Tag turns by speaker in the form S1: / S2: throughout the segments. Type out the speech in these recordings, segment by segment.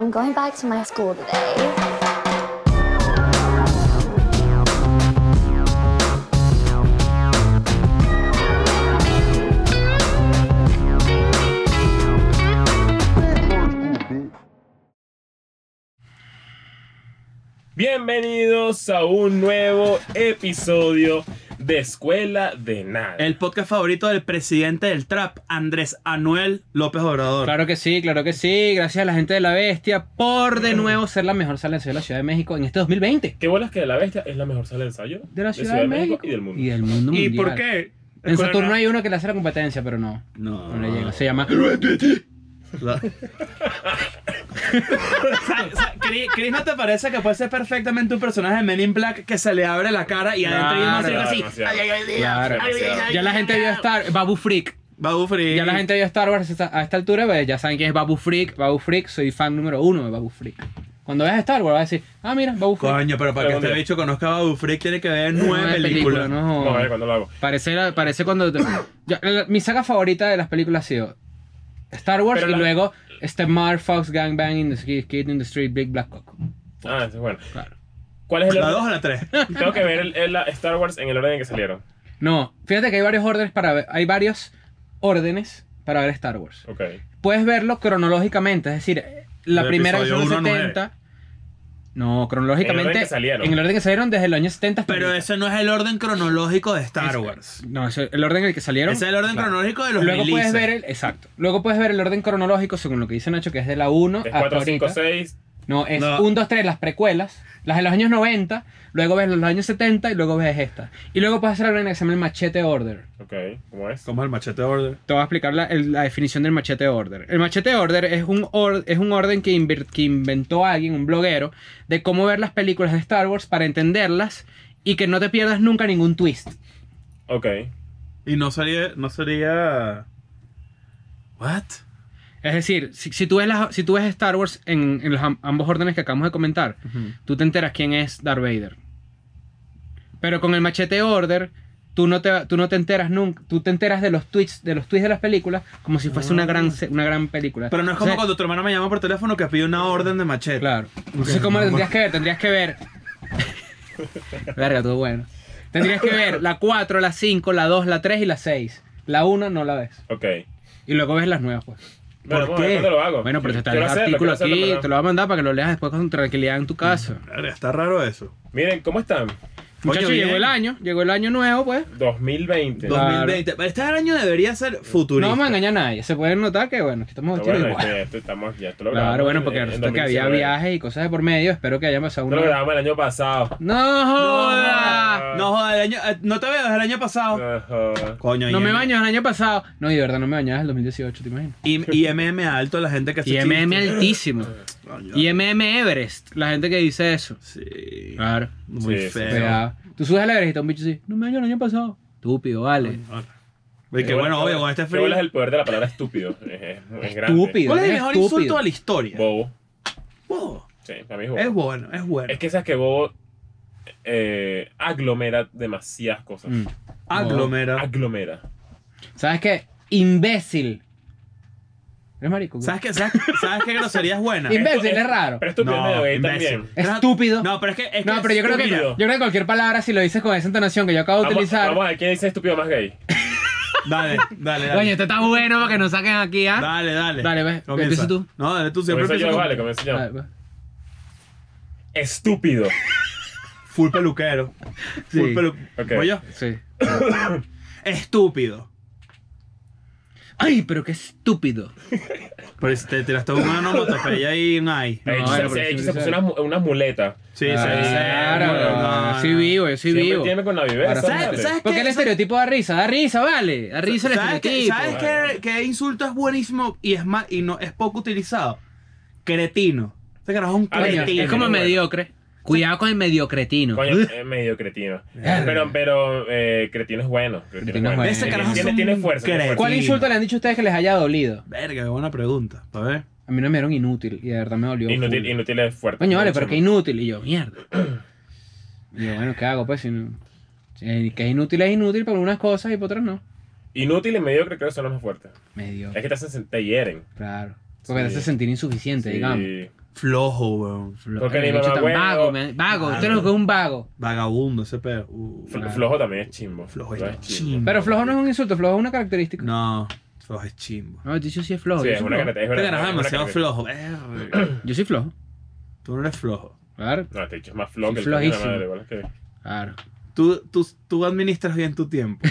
S1: I'm going back to my school today.
S2: Bienvenidos a un nuevo episodio de Escuela de Nada.
S3: El podcast favorito del presidente del trap, Andrés Anuel López Obrador.
S4: Claro que sí, claro que sí. Gracias a la gente de la bestia por de nuevo ser la mejor sala de ensayo de la Ciudad de México en este 2020.
S2: Qué bolas que La Bestia es la mejor sala de ensayo
S4: De la Ciudad, de, México,
S2: y del mundo.
S4: Y del mundo
S5: ¿Y
S4: mundial.
S5: por qué?
S4: En Saturno hay uno que le hace la competencia, pero no.
S3: No,
S4: No le llega. Se llama.
S3: La-
S5: ¿Sabes?
S3: Chris, Chris, ¿no te parece que puede ser perfectamente un personaje de Men in Black que se le abre la cara y adentro hay una
S2: Claro,
S3: cerca así?
S2: Ah, demasiado.
S3: Ay, ay, ay, ay.
S4: Claro.
S2: Demasiado.
S4: Ya la gente vio Star. Babu Freak.
S3: Babu Free.
S4: Ya la gente vio Star Wars a esta- a esta altura. pues, ya saben quién es Babu Freak. Babu Freak, soy fan número uno de Babu Freak. Cuando veas Star Wars, vas a decir, ah, mira, Babu Freak.
S3: Coño, pero para que
S2: Pero
S3: este
S2: mira.
S3: bicho conozca a Babu Freak tiene que ver nueve
S4: Una película,
S3: películas.
S4: no
S2: Vamos a ver cuándo lo hago.
S4: Parece, la- parece cuando. te- Ya, la- mi saga favorita de las películas ha sido Star Wars
S2: Pero
S4: y
S2: la-
S4: luego Stepmar, Fox, Gang Bang, in the street, Kid in the Street, Big Black Cock.
S2: Ah, eso es bueno.
S4: Claro.
S2: ¿Cuál es el
S3: ¿La dos o
S2: orden?
S3: la tres?
S2: Tengo que ver el, el- la Star Wars en el orden en que salieron.
S4: No, fíjate que hay varios órdenes para ver. Hay varios órdenes para ver Star Wars.
S2: Ok.
S4: Puedes verlo cronológicamente, es decir, la
S3: Del
S4: primera
S3: episodio
S4: que son los
S3: uno a nueve.
S4: 70. No,
S2: En el
S4: cronológicamente.
S2: orden que salieron.
S4: en el orden que salieron desde los años 70 hasta
S3: Pero
S4: ahorita.
S3: ese no es el orden cronológico de Star Wars.
S4: No, es el orden en el que salieron.
S3: Ese es el orden
S4: Claro.
S3: cronológico de los
S4: Luego
S3: releases.
S4: puedes ver el. Exacto. Luego puedes ver el orden cronológico, según lo que dice Nacho, que es de la 1
S2: Es
S4: hasta
S2: 4, 5,
S4: ahorita.
S2: 6.
S4: No, es
S3: No.
S4: 1, 2, 3, las precuelas, las de los años 90, luego ves las de los años 70 y luego ves esta. Y luego puedes hacer algo que se llama el machete order.
S2: Ok, ¿cómo es?
S3: Como el machete order.
S4: Te voy a explicar la, el- la definición del machete order. El machete order es un, or- es un orden que, invir- que inventó alguien, un bloguero, de cómo ver las películas de Star Wars para entenderlas y que no te pierdas nunca ningún twist.
S2: Ok.
S3: Y no sería. No sería. What?
S4: Es decir, si, si tú, ves las- si tú ves Star Wars en, en los am- ambos órdenes que acabamos de comentar, tú te enteras quién es Darth Vader. Pero con el machete order, tú no te, tú no te enteras nunca, tú te enteras de los tweets, de los tweets de las películas como si fuese una
S3: Ah.
S4: gran se- una gran película.
S3: Pero no es como
S4: O sea,
S3: cuando tu hermana me llama por teléfono que pide una orden de machete.
S4: Claro. Entonces,
S3: Ok,
S4: ¿cómo lo
S3: mamá.
S4: tendrías que ver? Tendrías que ver. Verga, todo bueno. Tendrías que ver la 4, la 5, la 2, la 3 y la 6. La 1 no la ves.
S2: Ok.
S4: y luego ves las nuevas, pues.
S2: Bueno,
S3: ¿Por
S2: vamos a ver
S3: qué?
S2: cuándo lo hago.
S4: Bueno, pero te está el
S2: Quiero hacerlo,
S4: artículo
S2: quiero hacerlo,
S4: aquí,
S2: pero-
S4: te lo voy a mandar para que lo leas después con tranquilidad en tu casa.
S3: Verga, Está raro eso.
S2: Miren, ¿cómo están?
S3: Coño,
S4: Muchachos,
S3: bien.
S4: llegó el año, llegó el año nuevo, pues.
S2: 2020.
S4: Claro.
S3: 2020. Este año debería ser futurista.
S4: No vamos a engañar a nadie. Se pueden notar que, bueno, que estamos
S2: Está
S4: vestidos
S2: bueno,
S4: igual.
S2: este- este estamos, ya esto lo
S4: Claro,
S2: grabamos
S4: bueno,
S2: en-
S4: porque
S2: en
S4: resulta que había
S2: 2019.
S4: viajes y cosas de por medio. Espero que haya pasado
S2: Esto lo
S4: una.
S2: grabamos el año pasado.
S4: ¡No joda!
S2: Ah.
S3: No joda, el año, eh, no te veo desde el año pasado.
S2: Ajá.
S3: Coño,
S4: No
S3: IM
S4: me bañas el año pasado. No, y de verdad, no me bañabas el 2018, ¿te imaginas?
S3: IM IMM alto, la gente que hace
S4: Y MM
S3: chistes.
S4: altísimo.
S3: Coño.
S4: Y MM Everest. La gente que dice eso.
S3: Sí.
S4: Claro.
S3: Muy
S2: Sí, sí,
S3: feo.
S4: Cuidado. Tú subes al Everest y está un bicho así. No me bañas el año pasado. Estúpido, vale.
S3: Oye, que bueno, obvio, con este
S2: Qué
S3: frío.
S2: bolas el poder de la palabra estúpido. Es, es- es grande.
S4: Estúpido.
S3: ¿Cuál es el
S4: eres
S3: mejor
S4: estúpido.
S3: insulto de la historia?
S2: Bobo.
S3: Bobo.
S2: Sí, a mí es bobo.
S3: Es bueno, es bueno.
S2: Es que sabes que Bobo eh, aglomera demasiadas cosas.
S4: Mm.
S3: Aglomera.
S2: Aglomera.
S4: ¿Sabes qué? Imbécil. ¿Eres marico?
S3: ¿Sabes qué? ¿Sabes, ¿sabes qué grosería es buena?
S4: Imbécil.
S2: Esto
S4: es raro.
S2: Pero estúpido
S3: No,
S2: es medio gay
S3: imbécil.
S2: también.
S4: Estúpido.
S3: No, pero es que. es
S4: No,
S3: que
S4: pero yo creo, que,
S2: estúpido.
S4: yo creo que cualquier palabra, si lo dices con esa entonación que yo acabo de
S2: Vamos,
S4: utilizar.
S2: vamos a ver quién dice estúpido más gay.
S3: Dale, dale,
S4: Coño,
S3: dale.
S4: esto está bueno para que nos saquen aquí, ¿ah?
S3: Dale, dale.
S4: Dale, ve,
S3: Comienza.
S4: empieza tú.
S3: No, dale tú siempre
S2: Comienzo
S3: empiezas
S2: yo,
S3: con-
S2: vale, comienzo yo.
S4: A ver,
S2: Estúpido.
S3: Full peluquero. Full
S4: Sí.
S3: pelu...
S2: Ok.
S3: Voy yo.
S4: pues, Sí.
S3: Estúpido.
S4: Ay, pero qué estúpido.
S3: Pero si te tiraste un onomatopeya y un ay.
S2: De hecho,
S4: bueno,
S2: se,
S4: pero
S2: de hecho,
S4: sí,
S2: se
S4: sí.
S2: puso unas mu- unas muletas.
S3: Sí, sí, sí.
S4: Ah, Claro,
S3: No, no.
S4: sí vivo, yo sí
S2: Siempre
S4: vivo.
S2: tiene con la viveza.
S4: Ahora,
S2: vale.
S3: ¿sabes- sabes
S4: Porque
S3: qué?
S4: el estereotipo da risa, da risa, vale. Da risa el
S3: ¿Sabes qué,
S4: estereotipo.
S3: ¿sabes qué, qué insulto es buenísimo y es mal, y no es poco utilizado? Cretino. Este carajo es un
S2: Ah,
S4: Coño,
S2: Coño,
S3: cretino.
S4: es como
S2: bueno.
S4: mediocre. Cuidado con el mediocretino.
S2: Coño, es medio cretino. Pero, pero eh, cretino es bueno. Cretino,
S4: Cretino es
S2: es
S4: bueno.
S2: bueno.
S4: Ese
S2: Tiene-
S4: carajo es
S2: tiene,
S3: un
S2: tiene fuerza. tiene fuerza.
S3: cretino.
S4: ¿Cuál insulto le han dicho a ustedes que les haya dolido?
S3: Verga, qué buena pregunta. A ver.
S4: A mí no me dieron inútil y de verdad me dolió.
S2: Inútil,
S4: full.
S2: inútil es fuerte.
S4: Coño, vale, pero
S2: Mucho
S4: qué
S2: más.
S4: inútil. Y yo, mierda. Y yo, bueno, ¿qué hago? Pues si no. si- que es inútil es inútil para unas cosas y para otras no.
S2: Inútil y mediocre creo que son los más fuertes.
S4: Medio,
S2: Es que te hacen sen- te hieren.
S4: claro. Porque te
S2: Eh, Sí.
S4: hace sentir insuficiente,
S2: Sí.
S4: digamos.
S3: Flojo, weón.
S4: Flo-
S2: Porque
S4: el
S2: mi
S4: bicho
S2: mamá
S4: tan
S2: huevo.
S4: Vago, man. Vago. Usted
S3: Vago.
S4: lo que es un vago.
S3: Vagabundo, ese pedo. Uh,
S2: Fl- Flojo también es chimbo.
S3: Flojo es chimbo.
S4: Pero flojo no es un insulto, flojo es una característica.
S3: No,
S4: No,
S3: flojo es chimbo.
S4: el dicho sí es flojo.
S2: Sí,
S4: yo,
S2: es
S4: soy
S2: una
S4: flojo.
S2: característica. es
S3: Este
S2: verdad,
S3: carajo es
S2: es una
S3: demasiado
S2: característica.
S3: flojo. Verga.
S4: yo soy flojo.
S3: Tú no eres flojo.
S4: Claro,
S2: No, te he dicho, es más flojo
S4: Sí,
S2: que el coño de la
S4: flojísimo.
S2: madre. Igual es que...
S4: claro.
S3: Tú, tú, tú administras bien tu tiempo.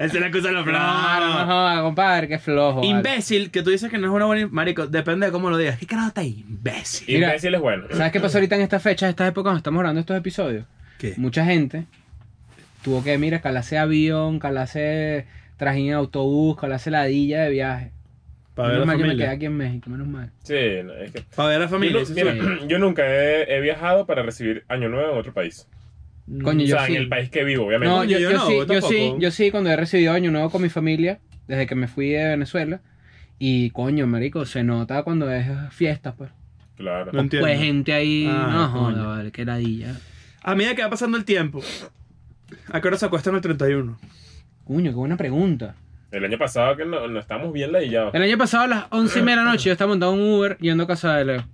S3: Esa es la cosa de los
S4: Ah. Claro, no
S3: flojos.
S4: joda, compadre, que flojo. vale.
S3: Imbécil, que tú dices que no es una buena. Marico, depende de cómo lo digas. ¿Qué carajo está ahí? Imbécil.
S4: Mira.
S2: Imbécil es bueno.
S4: ¿Sabes qué pasó ahorita en estas fechas, estas épocas donde estamos grabando estos episodios?
S3: ¿Qué?
S4: Mucha gente tuvo que, mira, calarse avión, calarse trajín en autobús, calarse ladilla de viaje.
S3: Para ver
S4: menos
S3: a la
S4: mal yo me quedé
S3: familia.
S4: aquí en México, menos mal.
S2: Sí, no, es que...
S3: Para ver a la
S2: Yo,
S3: familia.
S2: nu-
S3: eso
S2: mira,
S3: sí.
S2: yo nunca he, he viajado para recibir Año Nuevo en otro país.
S4: Mm. Coño,
S2: O
S4: yo
S2: sea,
S4: sí.
S2: en el país que vivo,
S4: No,
S2: obviamente.
S4: yo,
S3: yo
S4: yo
S3: no,
S4: sí,
S3: vos
S4: yo sí,
S3: tampoco.
S4: yo sí, cuando he recibido año nuevo con mi familia, desde que me fui de Venezuela. Y coño, marico, se nota cuando es fiesta, pues.
S2: Claro.
S3: No entiendo.
S4: Pues gente ahí,
S3: Ah,
S4: no joda,
S3: coño.
S4: vale, que ladilla.
S3: A medida que va pasando el tiempo, ¿a qué hora se acuestan el 31?
S4: Coño, qué buena pregunta.
S2: El año pasado que no, no estábamos bien ladillados.
S4: El año pasado a las 11 y media de la noche yo estaba montado en un Uber yendo a casa de Leo.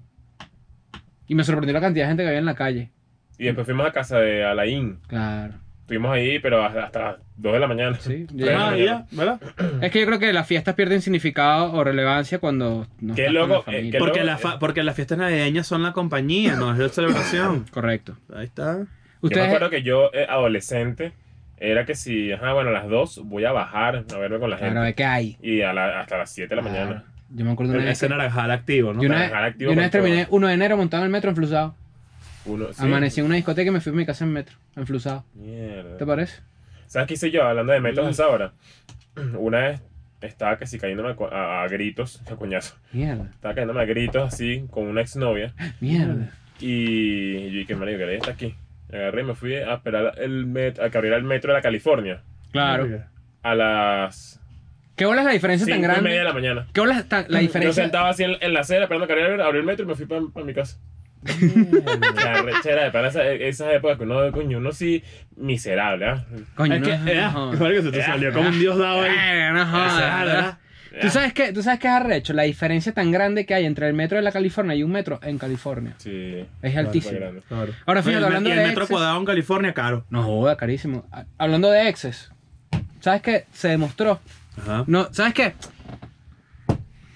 S4: Y me sorprendió la cantidad de gente que había en la calle.
S2: Y después fuimos a casa de Alain.
S4: Claro.
S2: Estuvimos ahí, pero hasta, hasta las 2 de la mañana.
S4: Sí. yo-
S2: Tres de la
S3: Ah,
S2: mañana.
S3: ya, ¿verdad?
S4: es que yo creo que las fiestas pierden significado o relevancia cuando no
S2: Qué
S4: estás con la
S2: loco,
S4: familia.
S2: eh, qué-
S3: Porque,
S2: luego-
S3: la fa- porque las fiestas navideñas son la compañía, no es la celebración.
S4: Correcto.
S3: Ahí está.
S2: Yo me
S4: Ustedes,
S2: acuerdo que yo, eh, adolescente, era que si, ajá, bueno, a las 2 voy a bajar a verme con la gente.
S4: claro, ve que hay.
S2: Y a la- hasta las 7 de la
S4: Claro.
S2: mañana.
S4: Yo me acuerdo una vez.
S3: Ese
S4: que-
S3: naranjal activo, ¿no?
S4: Yo una
S2: Naranjal
S4: vez,
S2: activo
S4: yo una
S2: con
S4: vez terminé
S2: todo.
S4: 1 de enero montado en el metro enflusado. Ah.
S2: Uno, sí.
S4: Amanecí en una discoteca y me fui a mi casa en metro, enflusado.
S2: Mierda.
S4: ¿Te parece?
S2: ¿Sabes qué hice yo? Hablando de metros a esa hora.
S4: Mm.
S2: Una vez estaba casi cayéndome a, cu- a- a gritos, a coñazo.
S4: Mierda,
S2: Estaba cayéndome a gritos así con una exnovia.
S4: mierda.
S2: Y yo dije, marico, que está aquí. Y agarré y me fui a esperar el met- a que abriera el metro de la California.
S4: Claro.
S2: A las
S4: ¿Qué bola es la diferencia
S2: cinco
S4: tan
S2: y media de
S4: grande?
S2: la mañana.
S4: ¿Qué bola es tan- la
S2: Yo
S4: diferencia?
S2: sentaba así en, en la acera esperando que abriera abrió el metro y me fui para mi casa. La rechera de pana, esa- esas épocas que uno, coño, uno sí miserable, ¿ah?
S4: Coño,
S3: Es que,
S4: no,
S3: eh,
S4: no eh. jodas.
S3: igual que se te salió como un dios dado ahí.
S4: Verga, no jodas,
S3: Esa,
S4: ¿verdad?
S3: ¿verdad?
S4: ¿Tú sabes, qué, ¿Tú sabes qué es arrecho? La diferencia tan grande que hay entre el metro de la California y un metro en California.
S2: Sí.
S4: Es altísimo.
S2: Muy grande.
S3: Claro.
S4: Ahora fíjate,
S3: Y el-
S4: hablando
S3: y
S4: de
S3: el metro
S4: exes-
S3: cuadrado en California, caro.
S4: No joda, carísimo. Ha- Hablando de exes, ¿sabes qué? Se demostró.
S3: Ajá.
S4: No, ¿Sabes qué?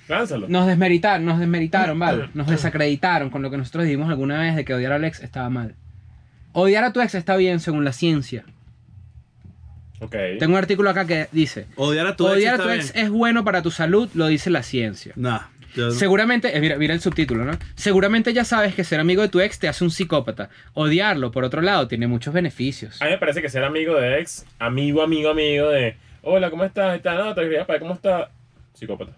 S2: Lánzalo.
S4: Nos desmeritaron, nos desmeritaron, ¿vale? Nos desacreditaron con lo que nosotros dijimos alguna vez de que odiar al ex estaba mal. Odiar a tu ex está bien según la ciencia.
S2: Ok.
S4: Tengo un artículo acá que dice,
S3: Odiar a tu ex.
S4: odiar a
S3: está
S4: tu
S3: bien.
S4: ex eh. es bueno para tu salud, lo dice la ciencia.
S3: Nah. yo-
S4: Seguramente, eh, mira, mira el subtítulo, ¿no? Seguramente ya sabes que ser amigo de tu ex te hace un psicópata. Odiarlo, por otro lado, tiene muchos beneficios.
S2: A mí me parece que ser amigo de ex, amigo, amigo, amigo de. Hola, ¿cómo estás? Está, no, te quería para, ¿cómo está? Psicópata.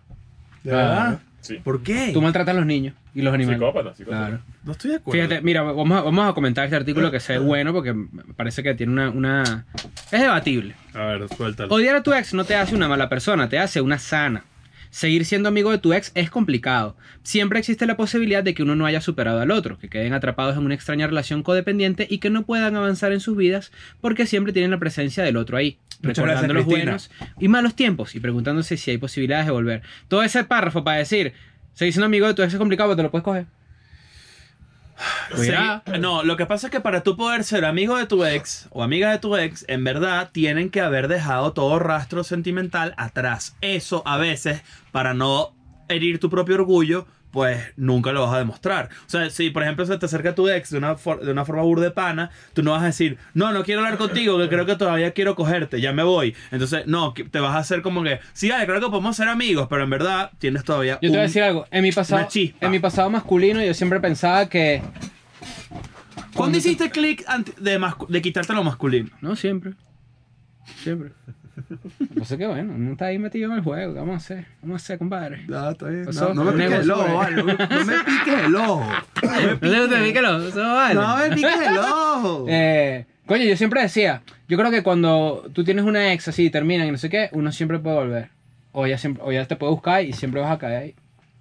S3: ¿De verdad?
S2: Sí.
S3: ¿Por qué?
S4: Ah. Tú maltratas a los niños y los animales.
S2: Psicópata, psicópata.
S4: Claro.
S3: No estoy de acuerdo.
S4: Fíjate, mira, vamos a, vamos a comentar este artículo que se ve bueno porque me parece que tiene una, una... Es debatible.
S3: A ver, suéltalo.
S4: Odiar a tu ex no te hace una mala persona, te hace una sana. Seguir siendo amigo de tu ex es complicado. Siempre existe la posibilidad de que uno no haya superado al otro, que queden atrapados en una extraña relación codependiente y que no puedan avanzar en sus vidas porque siempre tienen la presencia del otro ahí,
S3: Muchas gracias,
S4: recordando los
S3: Cristina.
S4: buenos y malos tiempos y preguntándose si hay posibilidades de volver. Todo ese párrafo para decir, seguir siendo amigo de tu ex es complicado, pero te lo puedes coger.
S3: Sí,
S4: Cuidado.
S3: no, lo que pasa es que para tú poder ser amigo de tu ex o amiga de tu ex, en verdad tienen que haber dejado todo rastro sentimental atrás. Eso a veces, para no herir tu propio orgullo, pues nunca lo vas a demostrar. O sea, si por ejemplo se te acerca tu ex de una, for- de una forma burdepana, tú no vas a decir, no, no quiero hablar contigo, que creo que todavía quiero cogerte, ya me voy. Entonces, no, que- te vas a hacer como que, sí, vale, creo que podemos ser amigos, pero en verdad tienes todavía...
S4: Yo te voy a
S3: un-
S4: decir algo, en mi pasado,
S3: una chispa.
S4: en mi pasado masculino yo siempre pensaba que...
S3: ¿Cuándo hiciste clic ante- de, mascu- de quitarte lo masculino?
S4: No, siempre. Siempre. No sé qué bueno, no está ahí metido en el juego. ¿Qué vamos a hacer? ¿Qué vamos a hacer, compadre?
S3: No, está bien.
S4: Eso
S3: No, no me piques el ojo,
S4: negocio, eh.
S3: vale. No me piques el ojo.
S4: No te gusta mí que lo eso vale.
S3: No me piques el ojo.
S4: Eh, coño, yo siempre decía, yo creo que cuando tú tienes una ex así y terminan y no sé qué, uno siempre puede volver. O ya, siempre, o ya te puede buscar y siempre vas a caer ahí.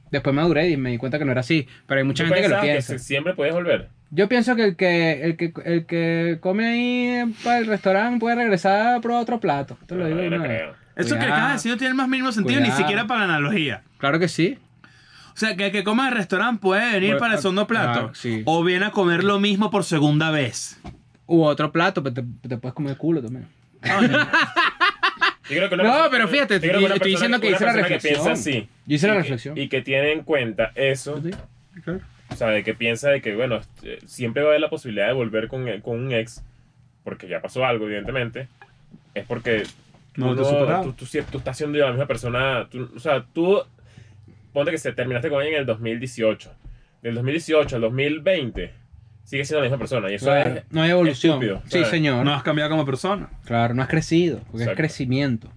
S4: Después maduré y me di cuenta que no era así, pero hay mucha
S2: ¿Tú
S4: gente que lo
S2: pensabas que
S4: piensa.
S2: si- siempre podías volver?
S4: Yo pienso que el que, el que el que come ahí para el restaurante puede regresar a probar otro plato. Te lo
S2: No,
S4: digo. de
S2: yo no
S4: una vez.
S2: creo.
S3: Eso que
S4: Cuidado.
S3: acabas de decir no tiene el más mínimo sentido,
S4: Cuidado.
S3: ni siquiera para la analogía.
S4: Claro que sí.
S3: O O sea, que el que coma en el restaurante puede venir
S4: Bueno,
S3: para el
S4: ah,
S3: segundo plato.
S4: claro, sí.
S3: O viene a comer lo mismo por segunda vez.
S4: U otro plato, pero te, te puedes comer culo también.
S2: Yo creo que una
S4: No,
S2: persona-
S4: pero fíjate,
S2: yo creo que una
S4: estoy diciendo que
S2: una
S4: hice la
S2: persona que piensa
S4: reflexión.
S2: así,
S4: Yo hice la
S2: y que-
S4: reflexión.
S2: Y que tiene en cuenta eso, o sea, de que piensa de que, bueno, eh, siempre va a haber la posibilidad de volver con, el- con un ex, porque ya pasó algo, evidentemente, es porque tú,
S3: No,
S2: no,
S3: te has superado.
S2: tú, tú sie- tú estás siendo la misma persona, tú- o sea, tú, ponte que se terminaste con ella en el 2018, del 2018 al 2020, sigue siendo la misma persona, y eso
S4: Claro,
S2: es...
S4: no hay evolución.
S2: estúpido,
S4: sí,
S2: ¿sabes?
S4: señor.
S3: No has cambiado como persona.
S4: Claro, no has crecido, porque es
S2: Exacto.
S4: crecimiento.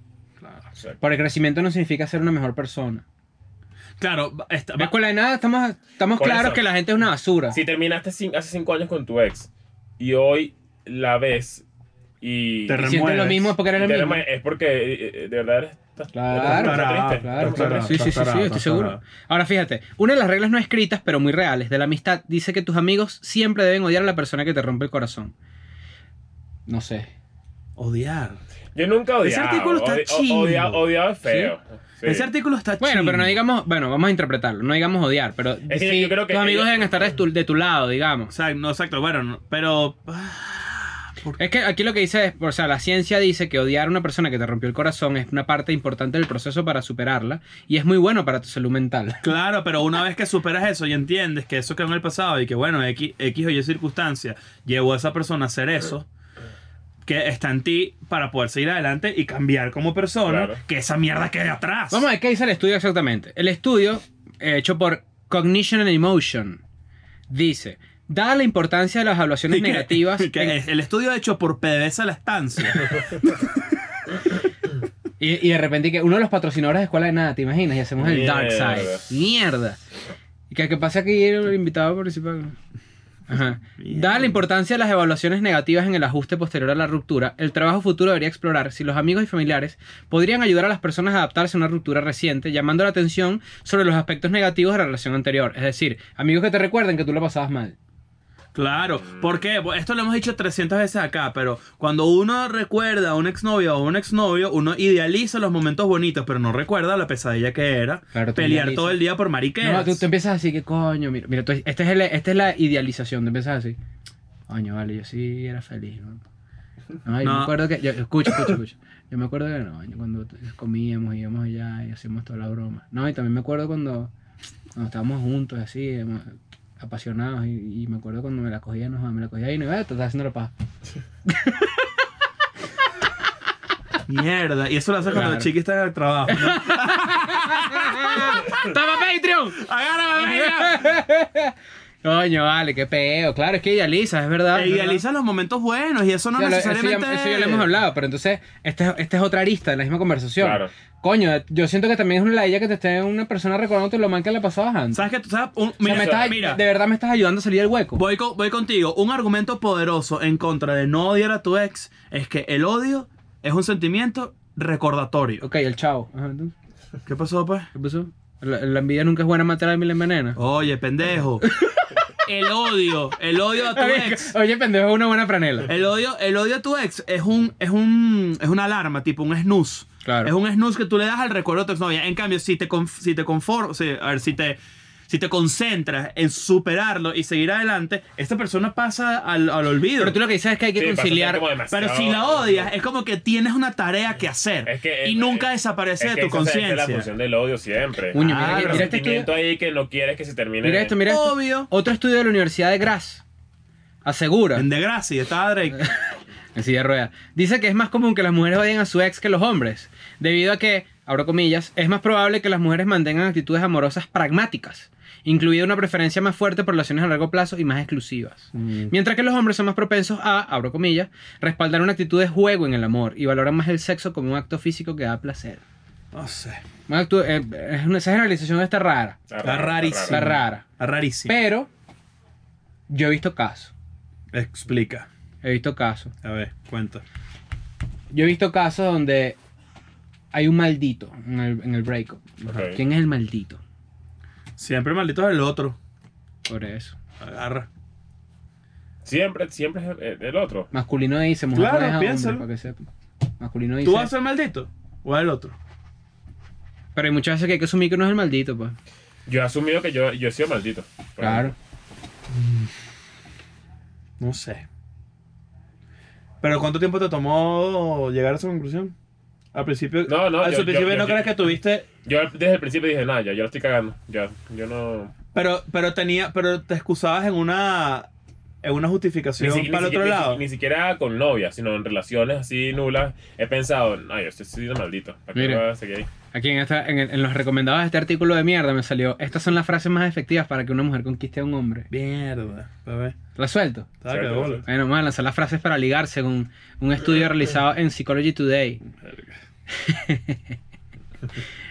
S2: o sea,
S4: Para el crecimiento no significa ser una mejor persona.
S3: Claro, esta-
S4: En la escuela de nada estamos, estamos
S2: Por
S4: claros
S2: eso.
S4: que la gente es una basura.
S2: Si terminaste cin- hace cinco años con tu ex y hoy la ves y
S3: Te
S4: Y
S3: remueves.
S4: sientes lo mismo porque eres
S2: y
S4: el
S2: te
S4: mismo.
S2: ama- es porque eh, eh, de verdad eres- estás-
S4: Claro,
S2: estás
S3: tarado,
S2: triste,
S4: Claro,
S2: estás
S3: Claro,
S4: claro. Sí, sí, sí,
S3: tarado,
S4: sí, estoy
S3: tarado.
S4: seguro. Ahora fíjate, una de las reglas no escritas, pero muy reales, de la amistad dice que tus amigos siempre deben odiar a la persona que te rompe el corazón. No sé.
S3: odiar.
S2: Yo nunca odiaba.
S3: Ese artículo está
S2: odi- o-
S3: chingo.
S2: odia- odiaba es feo. sí.
S3: Ese artículo está
S4: Bueno, pero no
S3: chimbo.
S4: digamos, bueno, vamos a interpretarlo, no digamos odiar, pero
S2: que
S4: sí,
S2: yo creo que
S4: tus amigos
S2: ellos-
S4: deben estar de tu, de tu lado,
S3: O
S4: digamos.
S3: sea, no, exacto, bueno, no, pero... ah, ¿por qué?
S4: Es que aquí lo que dice es, o sea, la ciencia dice que odiar a una persona que te rompió el corazón es una parte importante del proceso para superarla y es muy bueno para tu salud mental.
S3: Claro, pero una vez que superas eso y entiendes que eso quedó en el pasado y que, bueno, X, X o Y circunstancia llevó a esa persona a hacer eso, que está en ti para poder seguir adelante y cambiar como persona,
S2: Claro.
S3: que esa mierda quede atrás.
S4: Vamos a ver qué dice el estudio exactamente. El estudio, eh, hecho por Cognition and Emotion, dice: Dada la importancia de las evaluaciones
S3: Y que-
S4: negativas.
S3: y que
S4: en-
S3: es el estudio hecho por PDVSA La Estancia.
S4: y, y de repente que uno de los patrocinadores de Escuela de Nada, ¿te imaginas? Y hacemos el Dark
S2: Mierda.
S4: Side. Mierda. Y que, que pase aquí el invitado principal. Ajá.
S3: Mierda.
S4: Dada la importancia de las evaluaciones negativas en el ajuste posterior a la ruptura, el trabajo futuro debería explorar si los amigos y familiares podrían ayudar a las personas a adaptarse a una ruptura reciente, llamando la atención sobre los aspectos negativos de la relación anterior. Es decir, amigos que te recuerden que tú lo pasabas mal.
S3: Claro, porque esto lo hemos dicho 300 veces acá, pero cuando uno recuerda a un exnovio o un exnovio, uno idealiza los momentos bonitos, pero no recuerda la pesadilla que era
S4: Claro, tú
S3: pelear
S4: idealizas.
S3: todo el día por mariqueras.
S4: No, tú, tú empiezas así que coño, mira, mira, tú- este es el- esta es la idealización, tú empiezas así. Coño, vale, yo sí era feliz, ¿no? Ay,
S3: No.
S4: me acuerdo que. Yo, escucha, escucha, escucha. Yo me acuerdo que no, yo cuando t- comíamos, íbamos allá y hacíamos toda la broma. No, y también me acuerdo cuando, cuando estábamos juntos así, em- apasionados, y, y me acuerdo cuando me la cogía, no, jodas, me la cogía y no, eh, te estás haciendo la paja.
S3: Mierda, y eso lo hace cuando
S4: Claro.
S3: el chiqui está en el trabajo. ¿no?
S4: ¡Toma Patreon!
S3: ¡Agárrame, venga!
S4: Coño, vale, qué peo. Claro, es que idealiza, es
S3: E
S4: verdad. es verdad.
S3: idealiza los momentos buenos y eso no
S4: Ya lo- eso ya-
S3: necesariamente.
S4: Eso ya, lo hemos hablado, pero entonces esta es- esta es otra arista de la misma conversación.
S2: Claro.
S4: Coño, yo siento que también es una ladilla que te esté una persona recordándote lo mal que le pasabas antes.
S3: ¿Sabes qué? Tú sabes, un-
S4: O sea,
S3: mira,
S4: me estás-
S3: mira,
S4: de verdad me estás ayudando a salir del hueco.
S3: voy, con- voy contigo. Un argumento poderoso en contra de no odiar a tu ex es que el odio es un sentimiento recordatorio.
S4: Ok, el chavo. Ajá, ¿tú?
S3: ¿Qué pasó, pues?
S4: ¿Qué pasó? La, la envidia nunca es buena matar a mil envenena.
S3: Oye, pendejo. El odio, el odio a tu ex.
S4: Oye, pendejo, es una buena franela.
S3: El odio, el odio a tu ex es un, es un, es una alarma, tipo un snooze.
S4: Claro.
S3: Es un snooze que tú le das al recuerdo de tu exnovia. En cambio, si te, con- si te conform- si- a ver, si te, si te concentras en superarlo y seguir adelante, esta persona pasa al, al olvido.
S4: Pero tú
S3: Pero,
S4: lo que dices es que hay que
S2: Sí, pasa a ser
S4: conciliar.
S2: como demasiado-
S3: si la odias, es como que tienes una tarea que hacer
S2: Es que-
S3: y
S2: es-
S3: nunca
S2: es-
S3: desaparece
S2: es
S3: de
S2: que
S3: tu
S2: esa- esa Es la
S3: conciencia.
S2: función del odio siempre.
S4: Uño, mira,
S2: Ah,
S4: mira
S2: pero
S4: este
S2: sentimiento ahí que no quieres que se termine.
S4: Mira esto, mira esto.
S3: Obvio.
S4: Otro estudio de la Universidad de Graz asegura.
S3: En desgracia, estaba Drake.
S4: En silla de ruedas. Dice que es más común que las mujeres odien a su ex que los hombres, debido a que, abro comillas, es más probable que las mujeres mantengan actitudes amorosas pragmáticas, incluida una preferencia más fuerte por relaciones a largo plazo y más exclusivas. Mientras que los hombres son más propensos a, abro comillas, respaldar una actitud de juego en el amor y valoran más el sexo como un acto físico que da placer.
S3: No sé.
S4: Un acto- eh, es una, esa generalización está rara.
S3: Está rarísimo.
S4: Está rara.
S3: Está rarísimo.
S4: Pero yo he visto casos.
S3: Explica.
S4: He visto casos.
S3: A ver, cuenta.
S4: Yo he visto casos donde hay un maldito en el, en el breakup. Ajá.
S2: Ok.
S4: ¿Quién es el maldito?
S3: Siempre maldito es el otro.
S4: Por eso.
S3: Agarra.
S2: Siempre, siempre es el, el otro.
S4: Masculino dice, mujer
S3: Claro,
S4: no deja hombre,
S3: piénsalo.
S4: para que sepa. Masculino dice.
S3: ¿Tú vas a ser maldito? ¿O el otro?
S4: Pero hay muchas veces que hay que asumir que uno es el maldito, pues.
S2: Yo he asumido que yo, yo he sido maldito. por
S4: Claro.
S3: No sé. Pero ¿cuánto tiempo te tomó llegar a esa conclusión? Al principio.
S2: No, no,
S3: Al
S2: yo-
S3: principio
S2: yo- yo-
S3: no crees que tuviste.
S2: Yo desde el principio dije, nada, ya, yo lo estoy cagando. Ya, yo no.
S3: Pero, pero tenía. Pero te excusabas en una. En una
S2: Ni,
S3: justificación
S2: si- ni
S3: para el
S2: si-
S3: otro
S2: ni si-
S3: lado.
S2: ni siquiera con novia, sino en relaciones así nulas. He pensado, no, yo estoy siendo maldito. ¿Para qué
S4: Mire.
S2: voy a seguir ahí?
S4: Aquí en, esta- en, el- en los recomendados de este artículo de mierda me salió, estas son las frases más efectivas para que una mujer conquiste a un hombre.
S3: Mierda. bebé.
S4: La suelto.
S3: Estaba que de
S2: Suerte,
S3: bola.
S4: Bueno, vamos a lanzar las frases para ligar según un estudio realizado en Psychology Today.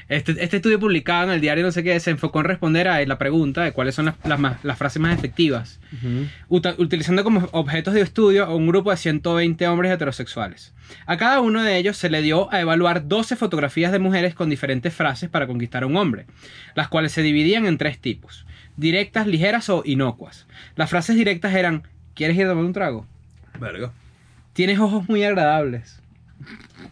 S4: Este, este estudio publicado en el diario no sé qué se enfocó en responder a la pregunta de cuáles son las, las más- las frases más efectivas, uta- utilizando como objetos de estudio a un grupo de 120 hombres heterosexuales. A cada uno de ellos se le dio a evaluar 12 fotografías de mujeres con diferentes frases para conquistar a un hombre, las cuales se dividían en tres tipos, directas, ligeras o inocuas. Las frases directas eran, ¿quieres ir a tomar un trago?
S3: Verga.
S4: Tienes ojos muy agradables.